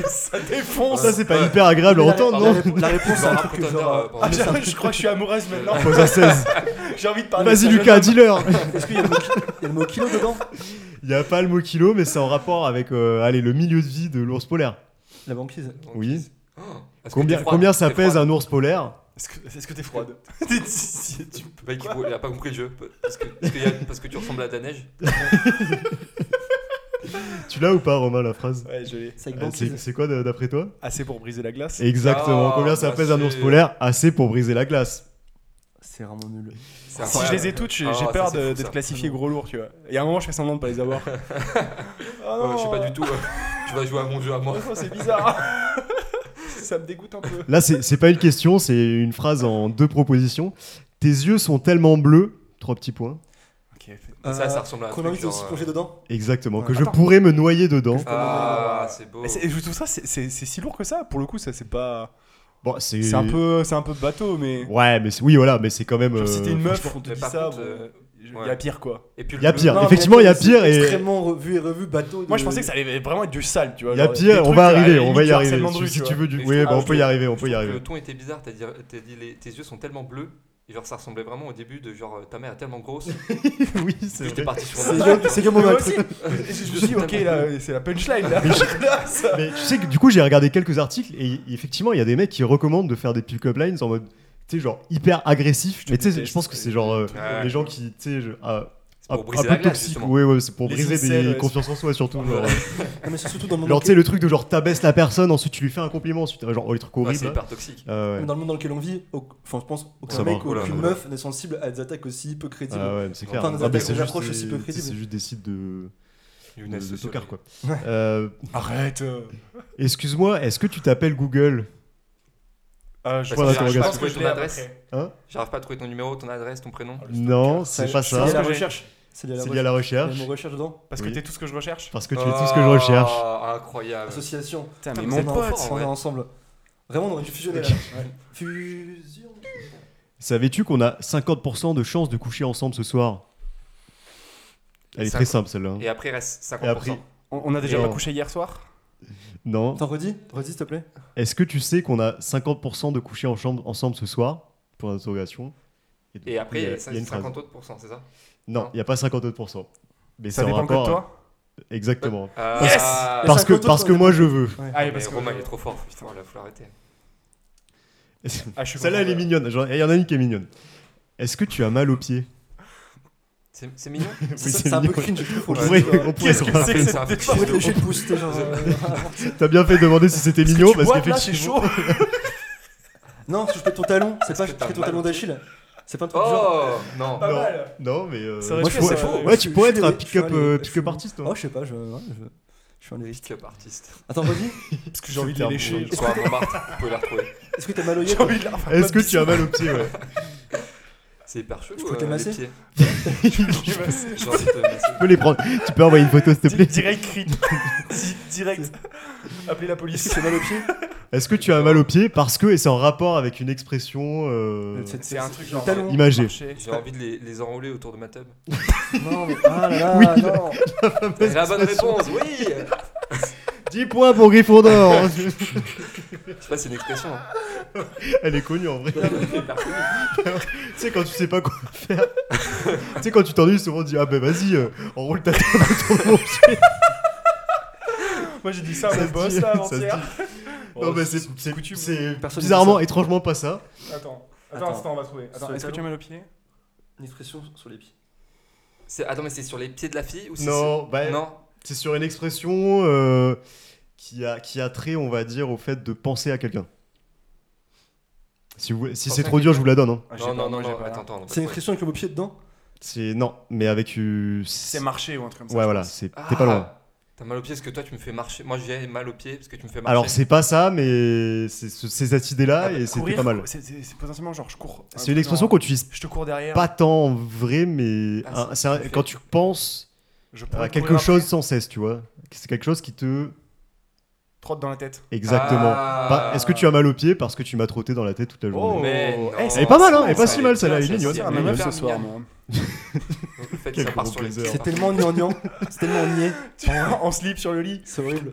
ça défonce.
Ça, c'est pas
Ouais.
hyper agréable à
Mais la-
entendre,
la-
non
la- La réponse, c'est un
Genre,
truc
Rapunzel,
genre,
euh,
euh,
pardon.
ah,
Ah,
mais c'est un
j'ai-
truc-
je crois que je suis amoureuse
Euh,
maintenant.
Pose à 16.
J'ai envie de parler.
Vas-y
de ça,
Lucas,
je-
dis-leur
Est-ce qu'il y a le mot- il y a le mot kilo dedans
Il n'y a pas le mot kilo, mais c'est en rapport avec euh, allez, le milieu de vie de l'ours polaire.
La banquise.
Donc,
Oui.
Oh, parce que
Combien,
t'es froide,
combien ça
t'es
pèse hein
froide.
un ours polaire
Est-ce que est-ce que t'es froide Tu-
Le mec, il faut- il a pas compris le jeu. Parce que, parce que y a- parce que tu ressembles à de la neige.
Tu l'as ou pas, Romain, la phrase
Ouais, je l'ai.
C'est avec
Euh, C'est
banquise.
c'est quoi d'après toi
Assez pour briser la glace.
Exactement.
Ah,
combien ça
bah,
pèse un
c'est-
ours polaire Assez pour briser la glace.
C'est vraiment nul.
C'est
Si je
incroyable.
les ai toutes, j'ai
Ah,
j'ai
ça,
peur
c'est
de-
fou,
d'être
ça.
classifié gros lourd, tu vois. Et à un moment, je fais semblant de pas les avoir. Ah
Ouais,
non,
je sais pas du tout. euh, tu vas jouer à mon jeu à moi.
Franchement, C'est bizarre. Ça me dégoûte un peu.
Là, c'est c'est pas une question, c'est une phrase en deux propositions. Tes yeux sont tellement bleus, trois petits points,
ça, ça
Euh,
ressemble à un
Combien
truc
de
genre,
aussi
euh,
plongé dedans
exactement,
Ouais.
que je
Attends.
pourrais me noyer dedans.
Ah, c'est beau.
Mais c'est- je trouve ça, c'est- c'est c'est si lourd que ça. Pour le coup, ça c'est pas.
Bon, c'est
C'est un peu, c'est un peu bateau, mais.
Ouais, mais c'est- oui, voilà, mais c'est quand même.
Genre, si t'es
euh,
une meuf, on te
mais
dit
par
ça,
contre,
bon,
euh,
je-
ouais.
y a pire quoi.
Et puis
y a
le-
pire.
Non, mais
Effectivement, il y a
c'est
pire et-
Extrêmement revu et revu, bateau. de-
Moi, je pensais que ça allait vraiment être du sale, tu vois.
Il y a
genre, des
pire, on
trucs,
va
à la
arriver,
limite,
on va y
du
arriver.
harcèlement de
Si-
rue,
si
tu
tu
vois.
veux du.
Mais
Oui,
je
bah, on
trouve
peut y
que-
arriver, on
je
peut y
trouve que
arriver.
Le ton était bizarre. T'as dit, t'as dit les- tes yeux sont tellement bleus. Et genre, ça ressemblait vraiment au début de genre euh, ta mère est tellement grosse.
Oui,
que j'étais parti sur
C'est
un-
comme- C'est comme
Mais
on
moi
a
aussi, je me suis dit, ok, là, c'est la punchline là. Là, ça-
Mais tu sais que du coup, j'ai regardé quelques articles et y- effectivement, il y a des mecs qui recommandent de faire des pick-up lines en mode, tu sais, genre hyper agressif.
Je te
Mais tu sais,
déteste.
je pense que c'est genre euh,
Ouais.
les gens qui, tu sais, je- ah,
C'est
un,
pour briser
un
la
peu
glace,
toxiques.
justement.
Ouais, ouais, c'est pour
Les
briser
incels,
des
ouais,
confiance en soi, surtout.
Ouais,
genre,
ouais.
Non, mais c'est surtout dans le monde
Genre,
dans
tu sais,
lequel-
le truc de genre, t'abaisses la personne, ensuite tu lui fais un compliment, ensuite, euh, genre, oh, les trucs
Ouais, C'est
horribles.
hyper toxique.
Ah ouais.
dans le monde dans lequel on vit. au- Enfin, je pense
Ça
aucun mec,
va.
aucune
Oula, oula.
meuf n'est sensible à des attaques aussi peu crédibles.
Ah ouais, c'est clair.
Enfin, des
Ah, mais
attaques,
c'est
des
juste
approches aussi peu
des-
crédibles.
c'est juste des sites de, de,
Younes,
de
ce
tocards, quoi.
Ouais.
Euh,
Arrête.
Excuse-moi, est-ce que tu t'appelles Google
Oh,
euh, je
Point
Parce que j'arrive pas à
d'interrogation.
trouver ton adresse.
Hein
J'arrive pas à trouver ton numéro, ton adresse, ton prénom.
Non, c'est pas
C'est lié
ça.
à la
Parce que j'ai-
recherche. C'est lié à la
C'est lié à la
recherche. Il y
recherche.
a mon recherche dedans.
Parce que
Oui.
t'es tout ce que je recherche.
Parce que tu es tout ce que je recherche.
Ah, Incroyable.
Association.
Putain,
mais
C'est
mon
un
pote,
fort, on
ouais.
est ensemble. Vraiment, on aurait dû fusionner là. Fusion.
Savais-tu qu'on a 50% de chances de coucher ensemble ce soir Elle est
Cinq-
très simple celle-là. hein.
Et après, il reste 50%.
Et après-
On, on a déjà
Et
pas
on-
couché hier soir
Non.
Attends, redis, redis s'il te plaît.
Est-ce que tu sais qu'on a 50% de coucher en chambre ensemble ce soir Pour l'interrogation. donc,
Et après,
il y a,
il
il y a une phrase.
50 autres pourcents, c'est ça
Non, il n'y a pas 50%. Mais
Hein
c'est
Ça
en
dépend que de
rapport. à-
toi
Exactement.
Yes
Ah,
Parce que,
50%,
parce que
on est-
moi je veux.
Ah,
mais
parce que
Romain, il est trop fort. Putain, il faut l'arrêter.
Ah, je suis
Celle-là elle
content,
est mignonne. Genre, Il y en a une qui est mignonne. Est-ce que tu as mal aux pieds
C'est c'est mignon
Oui,
C'est
c'est
c'est un peu
mignon.
cringe. je
On
trouve.
pourrait, on pourrait
Qu'est-ce
se
que c'est
rappeler
que
ça.
ça
cette
fait
Tu
chier.
défense
pourrais te
de
lécher le pouce, t'es genre. euh,
T'as bien fait de demander si c'était mignon parce
que là, c'est
qu'effectivement.
chaud.
Non, si je fais ton talon, c'est pas
que
je
t'as
fais ton
mal
talon
au pied
d'Achille. C'est pas un truc du genre.
Oh Non
Pas
Non.
mal.
Non mais. euh,
Ça aurait
moi,
pu
je pourrais-
être-
Ouais,
je-
tu
je
pourrais
suis
être un
allé- je suis
pick-up
allé-
euh,
je
pick-up
suis-
artiste. toi.
Oh, je sais pas, je. ouais, je- Je suis un élite.
Pick-up artiste.
Attends, redis.
Parce que j'ai envie de
Super
les lécher.
bon.
Sur un bombard, vous pouvez la retrouver.
Est-ce que t'as mal au
J'ai
yeux
envie de la
Est-ce que tu as mal au pied ouais
C'est hyper chelou.
Je peux te
euh,
masser
les pieds.
Tu
J'ai envie de te masser.
peux les prendre. Tu peux envoyer une photo, s'il te
Di-
plaît.
Direct cri. Di- Direct. Appelez la police. C'est mal au pied.
Est-ce que tu as mal au pied parce que et c'est en rapport avec une expression euh,
C'est un truc genre.
Talon.
imagée
J'ai envie de les, les enrouler autour de ma table.
Non, mais. Ah là
Oui,
là, non.
C'est la bonne réponse, oui
10 points pour Gryffondor.
Je sais pas, c'est une expression. hein.
Elle est connue en vrai.
C'est hyper chelou.
tu sais quand tu sais pas quoi faire. tu sais quand tu t'ennuies, souvent on dit ah ben vas-y, euh, enroule ta table autour de mon pied.
Moi j'ai dit ça à
Ça
mon
se
boss
dit,
là
ça se
avant-hier.
Non,
Oh,
mais c'est c'est-
coutume.
c'est
Personne dit
bizarrement,
ça.
étrangement pas ça.
Attends. Attends,
Attends.
attends, on va trouver. Attends,
Sur
est-ce que
le
tu as mal au pied
Une expression sur les pieds.
C'est- Attends, mais c'est sur les pieds de la fille ou c'est
Non, bah,
sur- Non
c'est sur une expression euh, qui, a, qui a trait, on va dire, au fait de penser à quelqu'un. Si, vous- si
Penser
c'est
à
trop dur, je vous la donne. hein.
Ah, j'ai
Non,
pas,
non,
moi,
non,
j'ai
non,
pas.
attends, attends. on va
C'est une
trouver.
expression avec le mot pied dedans
C'est non, mais avec euh,
C'est
c'est-
marché ou un truc comme ça.
Ouais,
je
voilà,
pense.
c'est t'es pas loin.
Ah, T'as mal au pied parce que toi tu me fais marcher. Moi j'ai mal au pied parce que tu me fais marcher.
Alors c'est pas ça, mais c'est ce- c'est cette idée-là
Ah,
et c'était
courir,
pas mal.
C'est c'est- c'est potentiellement genre je cours. Un
C'est
peu
une expression
genre,
qu'on utilise
Je te cours derrière.
pas tant en vrai, mais
Ah,
un-
c'est-
c'est un-
ça fait-
quand tu penses
Je
à
pourrais
quelque
courir
chose sans cesse, tu vois. C'est quelque chose qui te
après, Trotte dans la tête.
exactement.
Ah.
Pas- Est-ce que tu as mal au pied parce que tu m'as trotté dans la tête toute la journée
mais
Oh,
non.
eh,
Elle est pas mal, hein,
c'est-
elle est pas
ça
si mal, celle-là,
bien,
elle est
ça,
mignonne.
c'est
Elle
Ah,
un
est
même
mignonne.
ce soir,
mignonne.
moi.
Donc, en fait,
Quel
ça part
gros
sur les
plaisir.
pieds. hein.
C'est tellement gnangnan, c'est tellement niais.
En en slip sur le lit,
C'est horrible.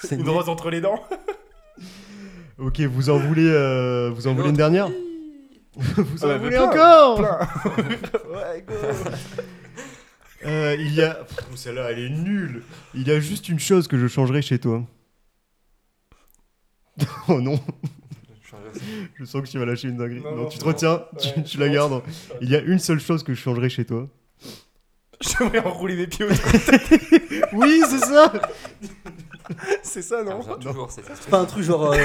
C'est
une
niais.
rose entre les dents.
Ok, vous en voulez, euh, vous en
Une
voulez une
autre.
dernière Vous en
Ah, mais
voulez
plein,
encore
Ouais, go.
Euh, Il y a, Pff, celle-là, elle est nulle. Il y a juste une chose que je changerais chez toi. Oh non,
Je changerai ça.
je sens que tu vas lâcher une dinguerie.
Non,
Non,
non,
tu te
non.
retiens, tu,
Ouais,
tu
je
la
pense.
gardes. hein. Il y a une seule chose que je changerais chez toi.
J'aimerais enrouler mes pieds autour.
Oui, c'est ça
C'est
Ça
ça, non
revient toujours cette expression.
C'est pas un truc genre. euh,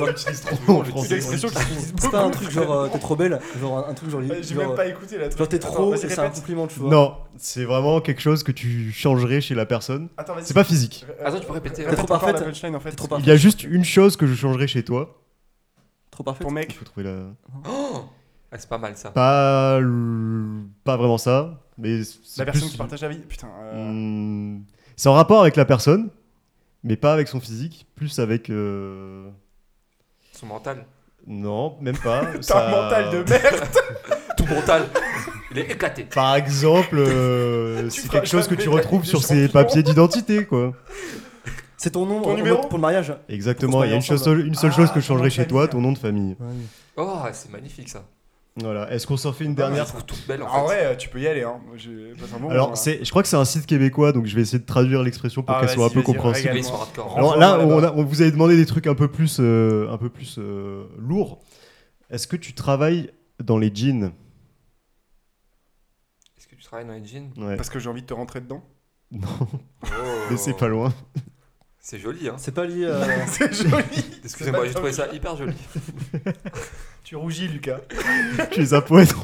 On l'utilise trop en
Toujours, le-
français.
C'est une expression qui se utilise
C'est
beaucoup.
pas un truc genre euh, t'es trop belle, genre un, un truc genre.
Ah,
Euh, J'ai
genre,
même pas écouté la truc.
genre, t'es
Attends,
trop,
vas-y,
c'est un
répète.
compliment, tu vois.
Non, c'est vraiment quelque chose que tu changerais chez la personne.
Attends, vas-y.
C'est pas physique.
Euh,
Attends, Ah, tu peux répéter. hein.
répète
trop
encore
parfaite.
la punchline, en fait.
T'es trop parfaite.
Il y a juste une chose que je changerais chez toi.
Trop parfait.
Ton
Il
mec.
faut trouver la...
Oh Ah, c'est pas mal ça.
Pas, le- pas vraiment ça, mais c'est
La personne
plus-
qui partage la vie. Putain. euh,
Hmm, C'est en rapport avec la personne, mais pas avec son physique, plus avec. euh,
Son mental.
Non, même pas.
T'as un mental de merde.
Tout mental. Il est éclaté.
Par exemple, euh,
Tu
c'est
feras
quelque chose que
jamais
tu
la
retrouves
Ligue
sur
des
ses
Champions.
papiers d'identité, quoi.
C'est ton nom
Ton
euh,
numéro
pour le mariage.
Exactement, il y a une,
Pourquoi se
chose- une seule chose
Ah,
que je
ton nom
changerais
de
chez toi,
famille.
ton nom de famille.
Oh, c'est magnifique ça.
Voilà. Est-ce qu'on s'en fait une
Je la
dernière
trouve toute belle en fait.
En vrai, euh, tu peux y aller. Hein. Moi, J'ai passé un Ah, bon moment, là.
Alors, c'est, je crois que c'est un site québécois, donc je vais essayer de traduire l'expression pour
Ah,
qu'elle soit un
vas-y,
peu
vas-y,
compréhensible.
Mais ils sont hardcore.
Alors
Renvoie-moi
là,
là-bas.
on, a- on vous avait demandé des trucs un peu plus, euh, un peu plus euh, lourds. Est-ce que tu travailles dans les jeans
Est-ce que tu travailles dans les jeans
Ouais.
hein. Parce que j'ai envie de te rentrer dedans.
Non,
Oh.
mais c'est pas loin.
C'est joli hein.
C'est pas lié. euh,
C'est joli.
Excusez-moi, j'ai trouvé ça hyper joli.
Tu rougis, Lucas.
Euh, tu es un poète.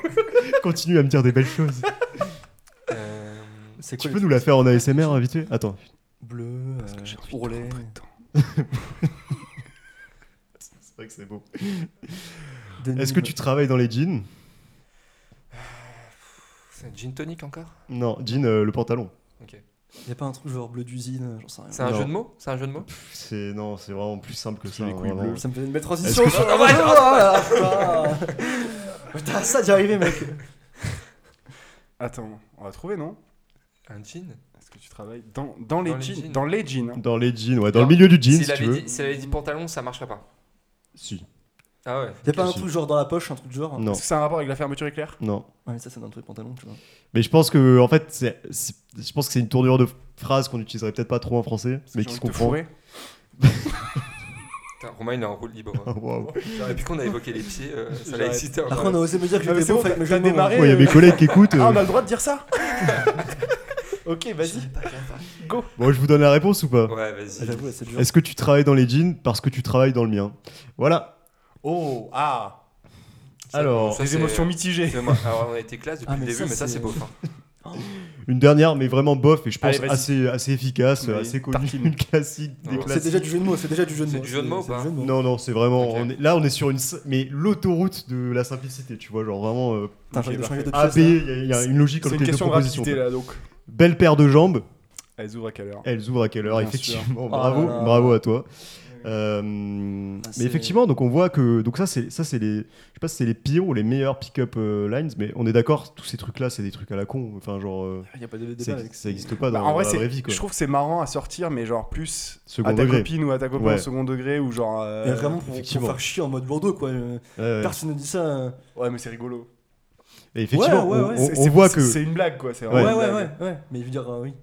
Continue à me dire des belles choses.
Euh,
C'est
Tu
quoi
peux
les
nous la faire en ASMR, invité Attends.
trucs Bleu,
Parce que j'ai envie de te
ourlet.
rentrer dedans.
C'est vrai que c'est beau. Est-ce que tu travailles dans les jeans
C'est un gin tonic encore
Non, jean, euh, le pantalon.
Y a pas un truc genre bleu d'usine, j'en sais rien.
C'est un
Non.
jeu de mots C'est un jeu de mots
Pff, C'est non, c'est vraiment plus simple que
J'ai
ça.
les couilles
vraiment.
bleues.
Ça me fait une belle transition.
Est-ce que
ça. Ah ouais, ah, ah, ah. Putain, ça, j'y arrivais, mec.
Attends, on va trouver, non
Un jean
Est-ce que tu travailles dans, dans les
Dans les
jeans
jeans.
Dans les jeans.
Dans les jeans, ouais, dans
Alors,
le milieu du jean, si,
S'il
tu
avait,
veux.
dit- s'il avait dit pantalon, ça marcherait pas.
Si.
Ah ouais.
Y a pas un
Si.
truc genre dans la poche, un truc de genre.
Non,
Est-ce que c'est un rapport avec la fermeture éclair
non.
Ouais, mais ça, c'est dans le truc pantalon, tu vois.
Mais je pense que, en fait, c'est- c'est- je pense que c'est une tournure de phrase qu'on n'utiliserait peut-être pas trop en français, mais qui se comprend.
Putain, Romain, il est en roue libre.
Ah, waouh.
Depuis qu'on a évoqué les pieds, euh, ça l'a
J'arrête.
excité.
Par
encore.
contre, on a osé me dire que
Ah, mais
j'étais
c'est
beau,
bon,
fallait que
t'as
je me
démarré.
Oh, Il y a mes collègues qui écoutent. euh.
Ah,
bah.
on a le droit de dire ça Ok, vas-y, go
Bon, je vous donne la réponse ou pas
Ouais,
Ah,
vas-y.
J'avoue, c'est dur.
Est-ce que tu travailles dans les jeans parce que tu travailles dans le mien Voilà.
Oh, ah
Ça,
Alors,
ça,
Des
c'est-
émotions mitigées.
c'est moi. Alors, on a été classe depuis
Ah,
le
mais
début,
ça,
mais ça,
c'est-
c'est beau. hein.
Une dernière, mais vraiment bof, et je pense
Allez, vas-y.
assez, assez efficace,
Oui,
assez
tartine.
connue, classique, des
Non,
C'est
classiques.
déjà du jeu de mots, c'est déjà du jeu de
C'est
mots.
du jeu de mots ou
c'est du
pas
jeu de mots.
Non, non, c'est vraiment.
Ok.
on est- là, on est sur une. s- Mais l'autoroute de la simplicité, tu vois, genre vraiment. euh,
Putain, j'ai envie de changer de
AB,
pièce, là.
il y, a- il y a une logique
Ah,
entre
C'est une
les deux
question de
propositions.
rapidité là donc.
quoi. Belle paire de jambes,
Elles ouvrent à quelle heure
elles ouvrent à quelle heure
Bien
Effectivement,
Oh
bravo,
là là.
bravo à toi. Euh, mais
c'est-
effectivement, donc on voit que donc ça c'est ça c'est les je sais pas si c'est les pires ou les meilleurs pick-up euh, lines, mais on est d'accord, tous ces trucs là c'est des trucs à la con, enfin genre euh,
Il n'y a pas de
ça
débat avec
ça existe pas
Bah,
dans,
en vrai,
la
c'est-
vraie vie quoi.
je trouve que c'est marrant à sortir, mais genre plus
Second
à ta
degré.
copine ou à ta copine
Ouais.
au second degré ou genre. euh,
Et vraiment pour, pour
effectivement.
faire chier en mode Bordeaux quoi. euh,
Ouais, ouais.
Personne ne dit ça. euh.
Ouais, mais c'est rigolo.
Et effectivement,
Ouais, ouais,
on-
ouais,
on-
C'est-
on,
c'est-
voit
c'est-
que
C'est une blague quoi. c'est
Ouais.
Ouais,
vraiment
ouais,
une
ouais,
blague.
ouais, Mais je veux dire, euh, oui.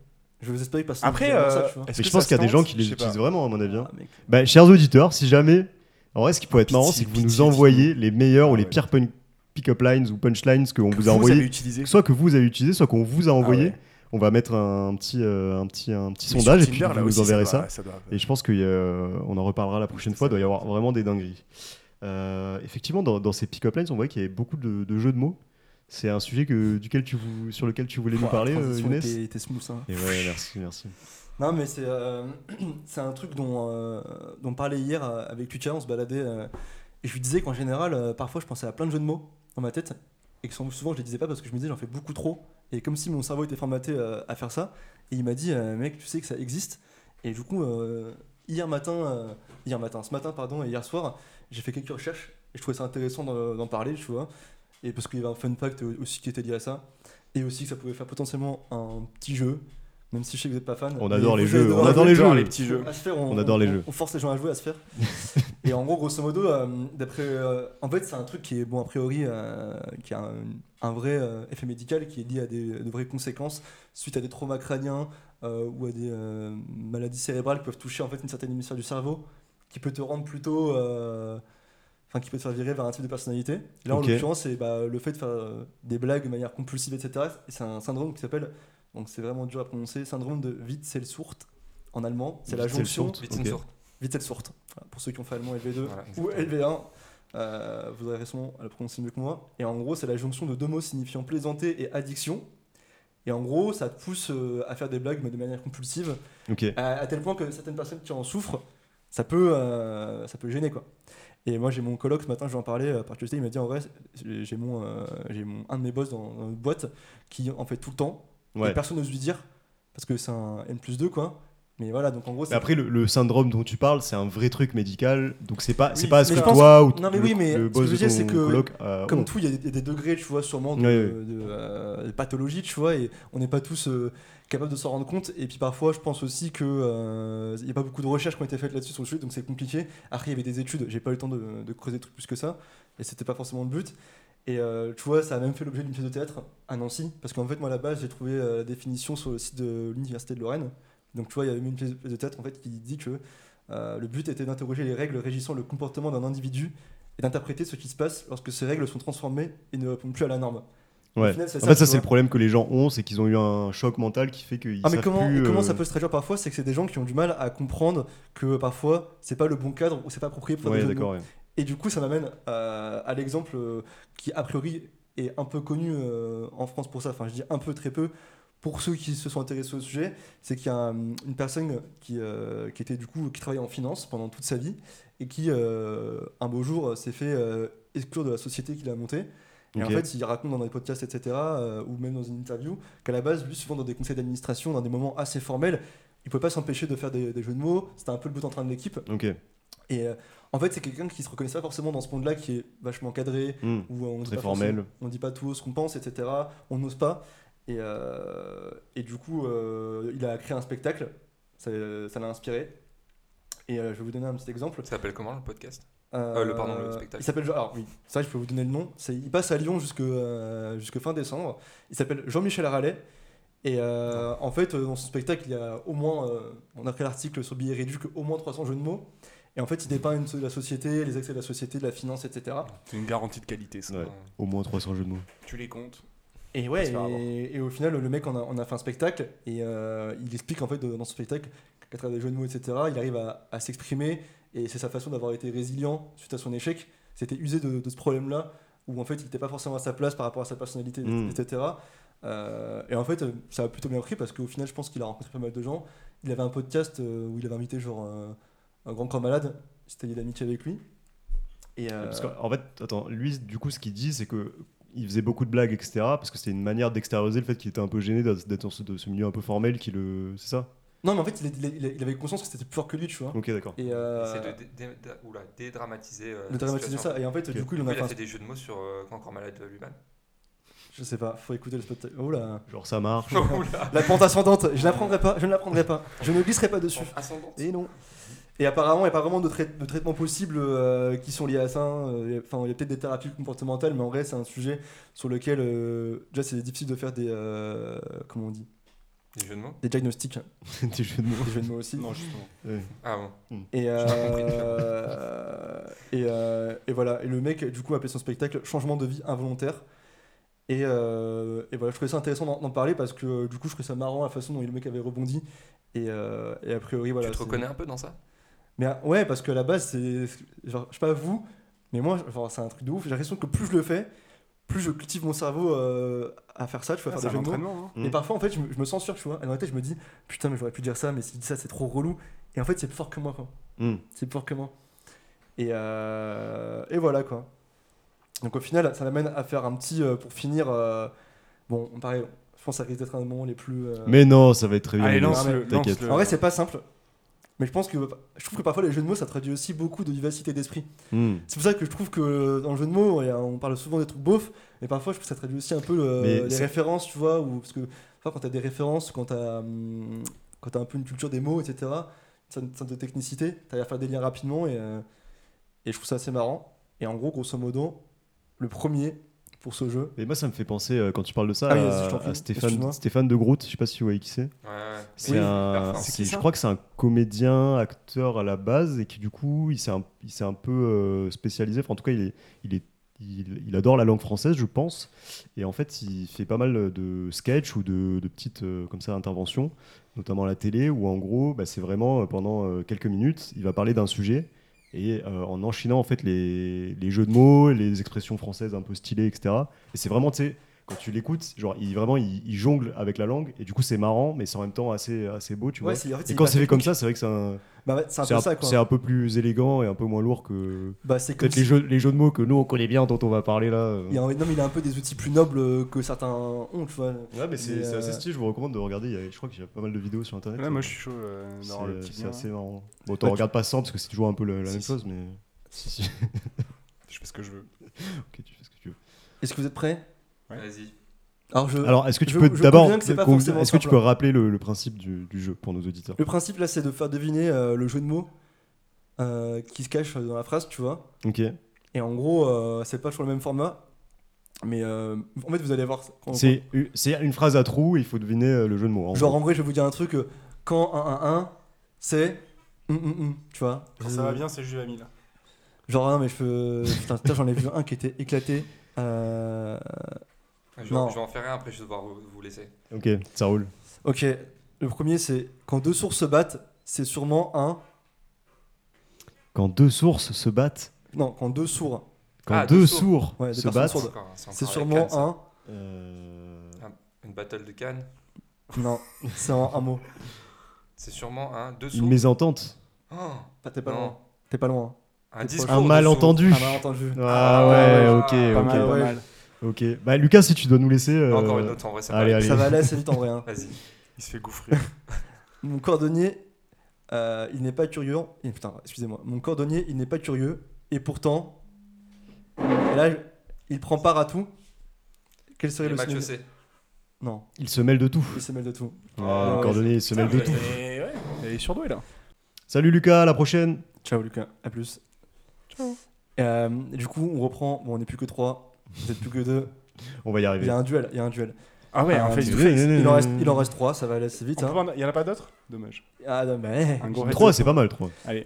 Je vous espère que personne ne dit
Après,
vraiment
euh,
ça, tu vois.
est-ce
mais je
que
pense
ça
qu'il y a
se
des gens
tente
qui
Je sais pas.
l'utilisent vraiment à mon avis. hein.
Ah, mec.
Bah, chers auditeurs, si jamais, en vrai, ce qui pourrait être
Pitié,
marrant, c'est que vous
pitié,
nous
dites-nous.
envoyez les meilleurs ou les
Ah ouais.
pires pun- pick-up lines ou punchlines qu'on
Que
vous a
avez
envoyés,
utilisé.
soit que vous avez utilisé, soit qu'on vous a envoyé.
Ah ouais.
On va mettre un petit, euh, un petit, un petit
Mais sur
sondage et puis
Tinder,
vous
là
nous
aussi,
enverrez ça.
doit- doit-
Et je pense qu'on en reparlera la prochaine fois. Il doit y avoir vraiment des dingueries. Euh, effectivement, dans, dans ces pick-up lines, on voit qu'il y avait beaucoup de, de jeux de mots. C'est un sujet que, duquel tu vou- sur lequel tu voulais nous
Ouah,
parler,
la
euh,
transition
Younes.
était- était smooth, hein.
Et ouais, merci, merci.
Non, mais c'est euh, c'est un truc dont, euh, dont on parlait hier euh, avec Lucas, on se baladait. euh, et je lui disais qu'en général, euh, parfois, je pensais à plein de jeux de mots dans ma tête. Et que souvent, je les disais pas parce que je me disais, j'en fais beaucoup trop. Et comme si mon cerveau était formaté euh, à faire ça. Et il m'a dit, euh, mec, tu sais que ça existe. Et du coup, euh, hier matin, euh, hier matin, ce matin, pardon, et hier soir, j'ai fait quelques recherches. Et je trouvais ça intéressant d'en d'en parler, tu vois. Et parce qu'il y avait un fun fact euh, aussi qui était lié à ça. Et aussi que ça pouvait faire potentiellement un petit jeu. Même si je sais que vous n'êtes pas fan.
On
Mais
adore les
vous
jeux,
allez
on adore
adorer.
les jeux.
les petits jeux.
À se faire, on,
On adore les jeux.
On force les gens à jouer à se faire. et en gros, grosso modo, euh, d'après, euh, en fait, c'est un truc qui est bon a priori, euh, qui a un, un vrai euh, effet médical, qui est lié à des, de vraies conséquences suite à des traumas crâniens euh, ou à des euh, maladies cérébrales qui peuvent toucher en fait une certaine hémisphère du cerveau, qui peut te rendre plutôt, euh, enfin, qui peut te faire virer vers un type de personnalité. Et là,
Ok.
en l'occurrence, c'est bah, le fait de faire euh, des blagues de manière compulsive, etc. Et c'est un syndrome qui s'appelle, donc c'est vraiment dur à prononcer, syndrome de Witzelsurt en allemand. C'est la jonction
Witzelsurt.
Vite une
Ok.
sorte.
Witzelsurt. Voilà, Pour ceux qui ont fait allemand LV2
Voilà,
ou
exactement.
LV1, euh, vous aurez sûrement à le prononcer mieux que moi. Et en gros, c'est la jonction de deux mots signifiant plaisanter et addiction. Et en gros, ça te pousse euh, à faire des blagues, mais de manière compulsive,
Ok.
à, à tel point que certaines personnes qui en souffrent, ça peut, euh, ça peut gêner quoi. Et moi j'ai mon coloc ce matin, je lui en parlais euh, par curiosité, il m'a dit en vrai, j'ai j'ai mon, euh, j'ai mon, un de mes boss dans, dans notre boîte qui en fait tout le temps, et
Ouais.
personne n'ose lui dire, parce que c'est un N plus 2 quoi. Mais voilà, donc en gros,
Mais
c'est
après, le, le syndrome dont tu parles, c'est un vrai truc médical. Donc, c'est pas, c'est
Oui,
pas parce
mais
que
je pense-
toi ou
Non, mais
le,
oui, mais
le
ce
boss
que je
de
veux dire, c'est
ton
que
coloc, euh,
Comme
ont.
tout, il y, a des- il y a des degrés, tu vois, sûrement de,
Ouais, ouais.
de, euh, de pathologie, tu vois, et on n'est pas tous euh, capables de s'en rendre compte. Et puis parfois, je pense aussi que euh, il n'y a pas beaucoup de recherches qui ont été faites là-dessus sur le sujet, donc c'est compliqué. Après, il y avait des études, j'ai pas eu le temps de, de creuser des trucs plus que ça, et c'était pas forcément le but. Et euh, tu vois, ça a même fait l'objet d'une pièce de théâtre à Nancy, parce qu'en fait, moi, à la base, j'ai trouvé euh, la définition sur le site de l'Université de Lorraine. Donc, tu vois, il y avait même une pièce de- pièce de théâtre en fait, qui dit que euh, le but était d'interroger les règles régissant le comportement d'un individu et d'interpréter ce qui se passe lorsque ces règles sont transformées et ne répondent plus à la norme.
Ouais.
Au final, c'est
En fait,
tu
ça, c'est
vois.
le problème que les gens ont, c'est qu'ils ont eu un choc mental qui fait qu'ils
Ah mais
savent
comment,
plus,
et comment ça
euh,
peut se traduire parfois C'est que c'est des gens qui ont du mal à comprendre que parfois c'est pas le bon cadre ou c'est pas approprié pour faire des
Ouais,
jeux de mots.
d'accord. ouais.
Et du coup, ça m'amène euh, à l'exemple euh, qui, a priori, est un peu connu euh, en France pour ça. Enfin, je dis un peu, très peu. Pour ceux qui se sont intéressés au sujet, c'est qu'il y a euh, une personne qui, euh, qui était du coup qui travaillait en finance pendant toute sa vie et qui euh, un beau jour euh, s'est fait euh, exclure de la société qu'il a montée. Et
Ok.
en fait, il raconte dans des podcasts, etc., euh, ou même dans une interview, qu'à la base, lui, souvent dans des conseils d'administration, dans des moments assez formels, il pouvait pas s'empêcher de faire des, des jeux de mots. C'était un peu le bout en train de l'équipe.
Ok.
Et euh, en fait, c'est quelqu'un qui se reconnaissait pas forcément dans ce monde-là, qui est vachement cadré,
Hmm.
où on dit
Très
pas
formel.
forcément- on dit pas tout ce qu'on pense, etc. On n'ose pas. Et, euh, et du coup, euh, il a créé un spectacle. Ça ça l'a inspiré. Et euh, je vais vous donner un petit exemple.
Ça s'appelle comment le podcast
Euh,
le- pardon, le spectacle.
Il s'appelle. Alors oui, ça, je peux vous donner le nom. C'est- il passe à Lyon jusque euh, jusque fin décembre. Il s'appelle Jean-Michel Aralais. Et euh,
Ah.
en fait, euh, dans son spectacle, il y a au moins, euh, on a créé l'article sur Billet Réduit, au moins 300 jeux de mots. Et en fait, il dépeint une- la société, les accès de la société, de la finance, etc.
C'est une garantie de qualité ça.
Ouais.
Euh,
Au moins 300 jeux de mots.
Tu les comptes.
Et ouais,
C'est pas grave.
et, et au final, le mec, on a, on a fait un spectacle, et euh, il explique en fait de- dans ce spectacle qu'à travers des jeux de mots, etc., il arrive à, à s'exprimer, et c'est sa façon d'avoir été résilient suite à son échec. C'était usé de, de ce problème-là, où en fait il n'était pas forcément à sa place par rapport à sa personnalité,
Mm.
etc. Euh, et en fait, euh, ça a plutôt bien pris parce qu'au final, je pense qu'il a rencontré pas mal de gens. Il avait un podcast euh, où il avait invité genre un- un grand corps malade, c'était lié d'amitié avec lui. Et euh,
Parce qu'en en fait, attends, lui, du coup, ce qu'il dit, c'est que il faisait beaucoup de blagues, etc. Parce que c'était une manière d'extérioriser le fait qu'il était un peu gêné d'être d'être dans ce, de ce milieu un peu formel qui le. C'est ça
non, mais en fait, il, il- il- il avait conscience que c'était plus fort que lui, tu vois.
Ok, d'accord.
Et
C'est
euh,
de dé- dé- dé- oula, dédramatiser. euh,
de
la
dramatiser
situation.
ça. Et en fait,
Ok.
du coup, il en
Du coup,
a
Il a
fait.
fait
un-
des jeux de mots sur euh, Quand encore malade euh, lui-même.
Je sais pas, faut écouter le spot. Oh là.
Genre, ça marche.
Oula,
La pente ascendante, je l'apprendrai pas, je ne l'apprendrai pas, je ne glisserai pas dessus.
ascendante.
Et non. Et apparemment, il n'y a pas vraiment de, trai- de traitements possibles euh, qui sont liés à ça. euh, il y a- Enfin, il y a peut-être des thérapies comportementales, mais en vrai, c'est un sujet sur lequel euh, déjà c'est difficile de faire des euh, comment on dit
Des jeux de mots
des diagnostics, hein.
Des jeux de mots.
des jeux de mots aussi.
Non, justement.
Ouais.
Ah bon.
Et,
pas compris.
euh, et, euh, et voilà, et le mec du coup appelait son spectacle Changement de vie involontaire. Et, euh, et voilà, je trouvais ça intéressant d'en d'en parler parce que euh, du coup je trouvais ça marrant la façon dont le mec avait rebondi. Et, euh, et a priori, voilà.
tu te
c'est-
reconnais un peu dans ça
Mais euh, ouais, parce qu'à la base, c'est. Genre, je sais pas vous, mais moi, genre, c'est un truc de ouf. J'ai l'impression que plus je le fais, plus je cultive mon cerveau euh, à faire ça, tu vois, à
Ah,
faire
c'est
des
un
jeux de mots.
entraînement. hein.
Mm.
Mais parfois, en fait, je me, je me censure, tu vois. Et dans la tête, je me dis, putain, mais j'aurais pu dire ça, mais si je dis ça, c'est trop relou. Et en fait, c'est plus fort que moi, quoi.
Hmm.
C'est plus fort que moi. Et, euh, et voilà, quoi. Donc, au final, ça m'amène à faire un petit. euh, pour finir, euh, bon, pareil, je pense que ça risque d'être un des moments les plus. euh,
Mais non, ça va être très bien.
Allez,
les gars,
lance-le.
t'inquiète.
lance-le.
En vrai, c'est pas simple. Mais je pense que. Je trouve que parfois, les jeux de mots, ça traduit aussi beaucoup de vivacité d'esprit.
Hmm.
C'est pour ça que je trouve que euh, dans le jeu de mots, il y a- on parle souvent des trucs beaufs, mais parfois je trouve que ça traduit aussi un peu le-
Mais
les
c'est-
références, tu vois, ou parce que parfois quand t'as des références, quand t'as hum, quand t'as un peu une culture des mots, etc. Ça sorte de technicité, t'arrives à faire des liens rapidement et euh, et je trouve ça assez marrant. Et en gros, grosso modo, le premier pour ce jeu.
Et moi, ça me fait penser, euh, quand tu parles de ça,
Ah oui, vas-y, je t'en
à,
prie.
à
Excuse-moi. Ah,
Stéphane, Stéphane de Groot. Je sais pas si vous voyez qui c'est.
Ouais, ouais.
C'est
Mais
un,
hyper fort.
c'est-
C'est
je
ça.
crois que c'est un comédien, acteur à la base, et qui du coup, il s'est un, il s'est un peu euh, spécialisé. Enfin, en tout cas, il est, il est, il, il adore la langue française, je pense. Et en fait, il fait pas mal de sketchs ou de, de petites euh, comme ça interventions, notamment à la télé, où en gros, bah, c'est vraiment euh, pendant euh, quelques minutes, il va parler d'un sujet. Et euh, en enchaînant en fait les, les jeux de mots, les expressions françaises un peu stylées, etc. Et c'est vraiment, tu sais, quand tu l'écoutes, genre, il, vraiment, il, il jongle avec la langue, et du coup, c'est marrant, mais c'est en même temps assez, assez beau, tu vois.
Ouais, c'est en fait,
Et quand
hyper
c'est fait comme ça,
technique.
c'est vrai que c'est un,
Bah ouais, c'est un
c'est
peu
un-
ça quoi.
c'est un peu plus élégant et un peu moins lourd que
Bah c'est comme
peut-être les
si-
jeux, les jeux de mots que nous on connaît bien, dont on va parler là. euh.
il y a, un- non, mais il a un peu des outils plus nobles euh, que certains ont, tu vois.
Ouais, mais c'est
mais,
c'est
euh,
assez stylé, je vous recommande de regarder. il y a- je crois qu'il y a pas mal de vidéos sur internet.
Là, moi, je suis chaud euh,
C'est-
d'avoir le petit
C'est
lien.
assez marrant. Bon, t'en
Bah, tu-
regardes pas sans parce que c'est toujours un peu la, la
Si,
même
si.
chose, mais. Si, si.
Je fais ce que je veux.
ok, tu fais ce que tu veux.
Est-ce que vous êtes prêts
Ouais.
Vas-y.
Alors je
Alors, est-ce que tu
Euh, je-
peux
je
d'abord.
conviens que c'est pas
qu'on-
forcément
Est-ce que tu
simple,
peux rappeler le, le principe du, du jeu pour nos auditeurs
Le principe là, c'est de faire deviner euh, le jeu de mots euh, qui se cache dans la phrase, tu vois.
Ok.
Et en gros, euh, c'est pas sur le même format. Mais euh, en fait, vous allez voir. quand-
C'est c'est une phrase à trous, et il faut deviner euh, le jeu de mots. en
Genre,
gros.
en vrai, je vais vous dire un truc. euh, Quand 1-1-1, c'est. hum, hum, hum, tu vois.
Quand ça va bien, c'est juste Ami là.
Genre, non, mais je peux. Putain, putain, j'en ai vu un qui était éclaté. Euh,
Je,
Non.
je vais en faire un après, je vais devoir vous, vous laisser.
Ok, ça roule.
Ok, le premier, c'est quand deux sources se battent, c'est sûrement un.
Quand deux sources se battent.
Non, quand deux sourds,
Quand
Ah,
deux,
deux
sourds
Ouais, des
se
personnes
battent.
sourdes.
Encore-
c'est
encore la
sûrement
canne, ça.
un.
euh,
Une battle de Cannes.
Non, c'est en un mot.
C'est sûrement un. Deux
Une
sourds.
mésentente.
Oh,
Ah, T'es pas
Non.
loin. T'es pas loin.
un
proche.
discours.
Un
de
malentendu.
Ah, mal entendu.
Ah
ouais,
ouais, ok,
pas
ok.
Pas mal,
ouais.
pas mal.
Ok. Bah, Lucas, si tu dois nous laisser.
sourds.
euh,
Encore une autre en vrai, ça
allez,
va.
allez.
Ça va aller assez vite en vrai. hein.
Vas-y.
Il se fait gouffrer.
Mon cordonnier, euh, il n'est pas curieux. et- putain, excusez-moi. Mon cordonnier, il n'est pas curieux. Et pourtant, et là, il prend part à tout. Quel serait
Et
le
Mathieu
signe
C.
Non,
Il se mêle de tout.
il se mêle de tout.
Euh,
ouais.
le cordonnier, il se mêle de tout.
Eh, ouais. Elle est surdouée là.
Salut Lucas, à la prochaine.
Ciao Lucas, à plus. Euh, du coup, on reprend. Bon, on n'est plus que trois. Vous êtes plus que deux.
On va y
Il
arriver.
y a un duel. Il y a un duel.
Ah ouais, en fait,
Euh,
il fait.
Il en reste, il en reste trois. Ça va aller assez vite. hein.
Il y en a pas d'autres Dommage.
Ah non mais.
Un gros
3,
headset.
c'est pas mal, 3.
Allez.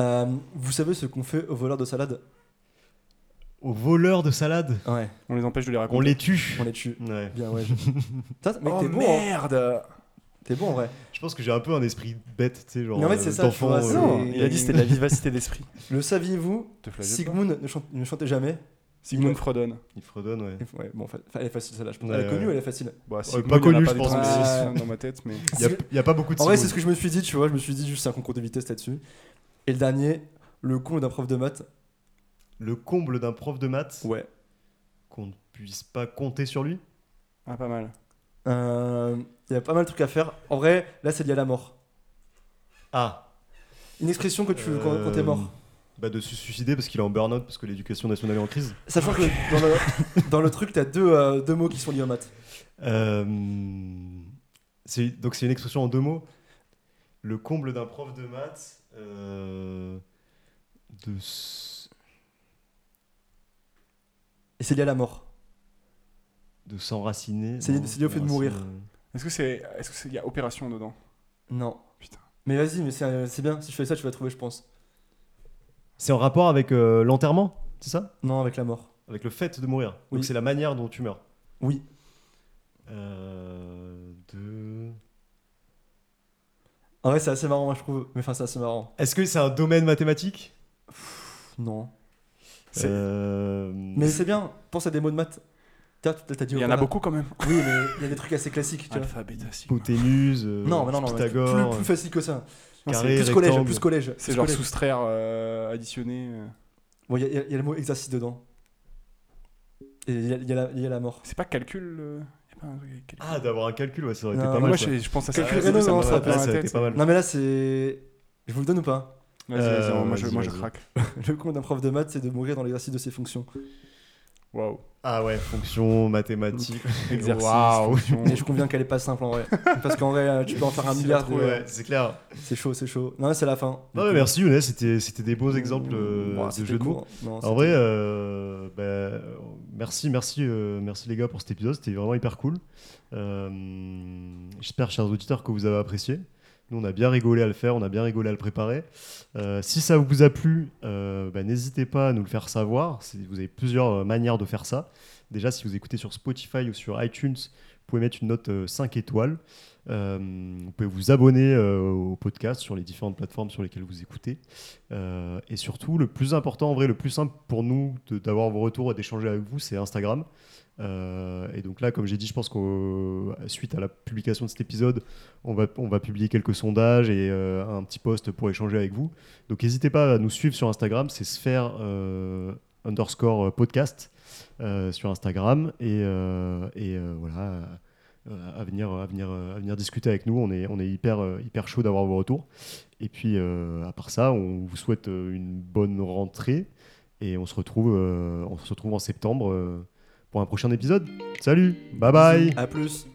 Euh, vous savez ce qu'on fait aux voleurs de salade
Aux voleurs de salade,
Ouais.
On les empêche de les raconter.
on les tue.
On les tue.
Ouais.
Bien ouais. je- Putain, mec,
Oh
t'es bon. hein.
merde
T'es bon en vrai.
Je pense que j'ai un peu un esprit bête, tu sais, genre
Mais en fait,
euh,
c'est ça, tu
d'enfant.
vois,
Oh,
euh,
c'est-
Non, il a dit c'était de la vivacité d'esprit.
Le saviez-vous
Te flagelle pas.
Sigmund ne, chan- ne chantait jamais.
Sigmund Freudon.
Il fredonne, ouais.
Ouais, bon, fa- elle est facile celle-là, je pense.
Ouais,
elle est connue,
ouais.
elle est facile.
Bah,
pas
il y en a
connu, je
des
pense,
tonnes,
mais-
mais- dans ma tête, mais.
Il y a- Il n'y a, pas beaucoup de
En vrai,
Sigmund.
c'est ce que je me suis dit, tu vois. Je me suis dit, juste c'est un concours de vitesse là-dessus. Et le dernier, le con d'un prof de maths.
Le comble d'un prof de maths,
Ouais.
qu'on ne puisse pas compter sur lui.
Ah, pas mal.
Euh, Il y a pas mal de trucs à faire. En vrai, là, c'est lié à la mort.
Ah
Une expression que tu veux quand, quand t'es mort.
bah de se suicider parce qu'il est en burn-out, parce que l'éducation nationale est en crise.
Sachant que dans le, dans le truc, t'as deux, euh, deux mots qui sont liés aux maths.
Euh, c'est- donc c'est une expression en deux mots. Le comble d'un prof de maths. euh, de s-
Et c'est lié à la mort.
de s'enraciner.
C'est-
non,
c'est lié au fait de mourir.
enraciner-
Est-ce que c'est. Est-ce que c'est- il y a opération dedans
Non.
Putain.
Mais vas-y, mais c'est euh, c'est bien. Si je fais ça, tu vas trouver, je pense.
C'est en rapport avec euh, l'enterrement, c'est ça
Non, avec la mort.
Avec le fait de mourir.
Oui.
Donc c'est la manière dont tu meurs.
Oui.
Euh, de...
En vrai, c'est assez marrant, moi, je trouve. Mais enfin, c'est assez marrant.
Est-ce que c'est un domaine mathématique
Non.
C'est-
Euh,
Mais c'est bien. Pense à des mots de maths. T'as t'as dit
Il y en
opéra.
a beaucoup quand même.
Oui, mais il y a des trucs assez classiques, tu vois.
Alpha, bêta, sigma.
Hypoténuse, euh,
Non, mais non, non, mais
Pythagore, euh,
plus, plus facile que ça.
Non, c'est-
carré,
plus collège,
rectangle.
plus collège.
C'est
plus
genre
collège.
soustraire, euh, additionner. euh.
Bon, il y, a- il y a le mot exercice dedans. Et il y, a- il y a la- il y a la mort.
C'est pas calcul. euh, y a pas un truc avec calcul.
Ah, d'avoir un calcul, ouais, ça aurait
Non,
été pas
mais
mal.
moi,
quoi.
je, je pense à ça.
Calcul
Ouais, ça me
rénal, non,
revient
ça
dans la
Ouais, ça aurait
tête.
été pas mal.
Non, mais là, c'est. Je vous le donne ou pas
Vas-y, vas-y,
Euh,
moi, je,
vas-y,
moi, je
vas-y.
craque.
Le compte d'un prof de maths, c'est de mourir dans l'exercice de ses fonctions.
Waouh.
Ah ouais, fonction, mathématiques,
Exercice.
Waouh.
fonction.
Mais je conviens qu'elle est pas simple en vrai. Parce qu'en vrai, euh, tu peux en faire un
Difficile à
milliard.
trouver,
mais, euh,
ouais, c'est clair.
C'est chaud, c'est chaud. Non, c'est la fin.
Non, mais merci Younes, c'était c'était des beaux exemples euh,
Ouah,
de
c'était
jeux de mots.
court. Non,
En
c'était-
vrai, euh, bah, euh, merci, merci, euh, merci les gars pour cet épisode. C'était vraiment hyper cool. Euh, J'espère, chers auditeurs, que vous avez apprécié. Nous, on a bien rigolé à le faire, on a bien rigolé à le préparer. Euh, si ça vous a plu, euh, bah, n'hésitez pas à nous le faire savoir. C'est- Vous avez plusieurs euh, manières de faire ça. Déjà, si vous écoutez sur Spotify ou sur iTunes, vous pouvez mettre une note euh, 5 étoiles. Euh, vous pouvez vous abonner euh, au podcast sur les différentes plateformes sur lesquelles vous écoutez. Euh, et surtout, le plus important, en vrai, le plus simple pour nous de- d'avoir vos retours et d'échanger avec vous, c'est Instagram. Euh, et donc là, comme j'ai dit, je pense qu'au suite à la publication de cet épisode, on va, on va publier quelques sondages et euh, un petit post pour échanger avec vous. Donc n'hésitez pas à nous suivre sur Instagram, c'est sphère euh, underscore podcast euh, sur Instagram. Et, euh, et, euh, voilà, euh, à, venir, à, venir, à venir discuter avec nous. On est, on est hyper, euh, hyper chaud d'avoir vos retours. Et puis, euh, à part ça, on vous souhaite euh, une bonne rentrée et on se retrouve, euh, on se retrouve en septembre euh, pour un prochain épisode. Salut, bye bye.
À plus.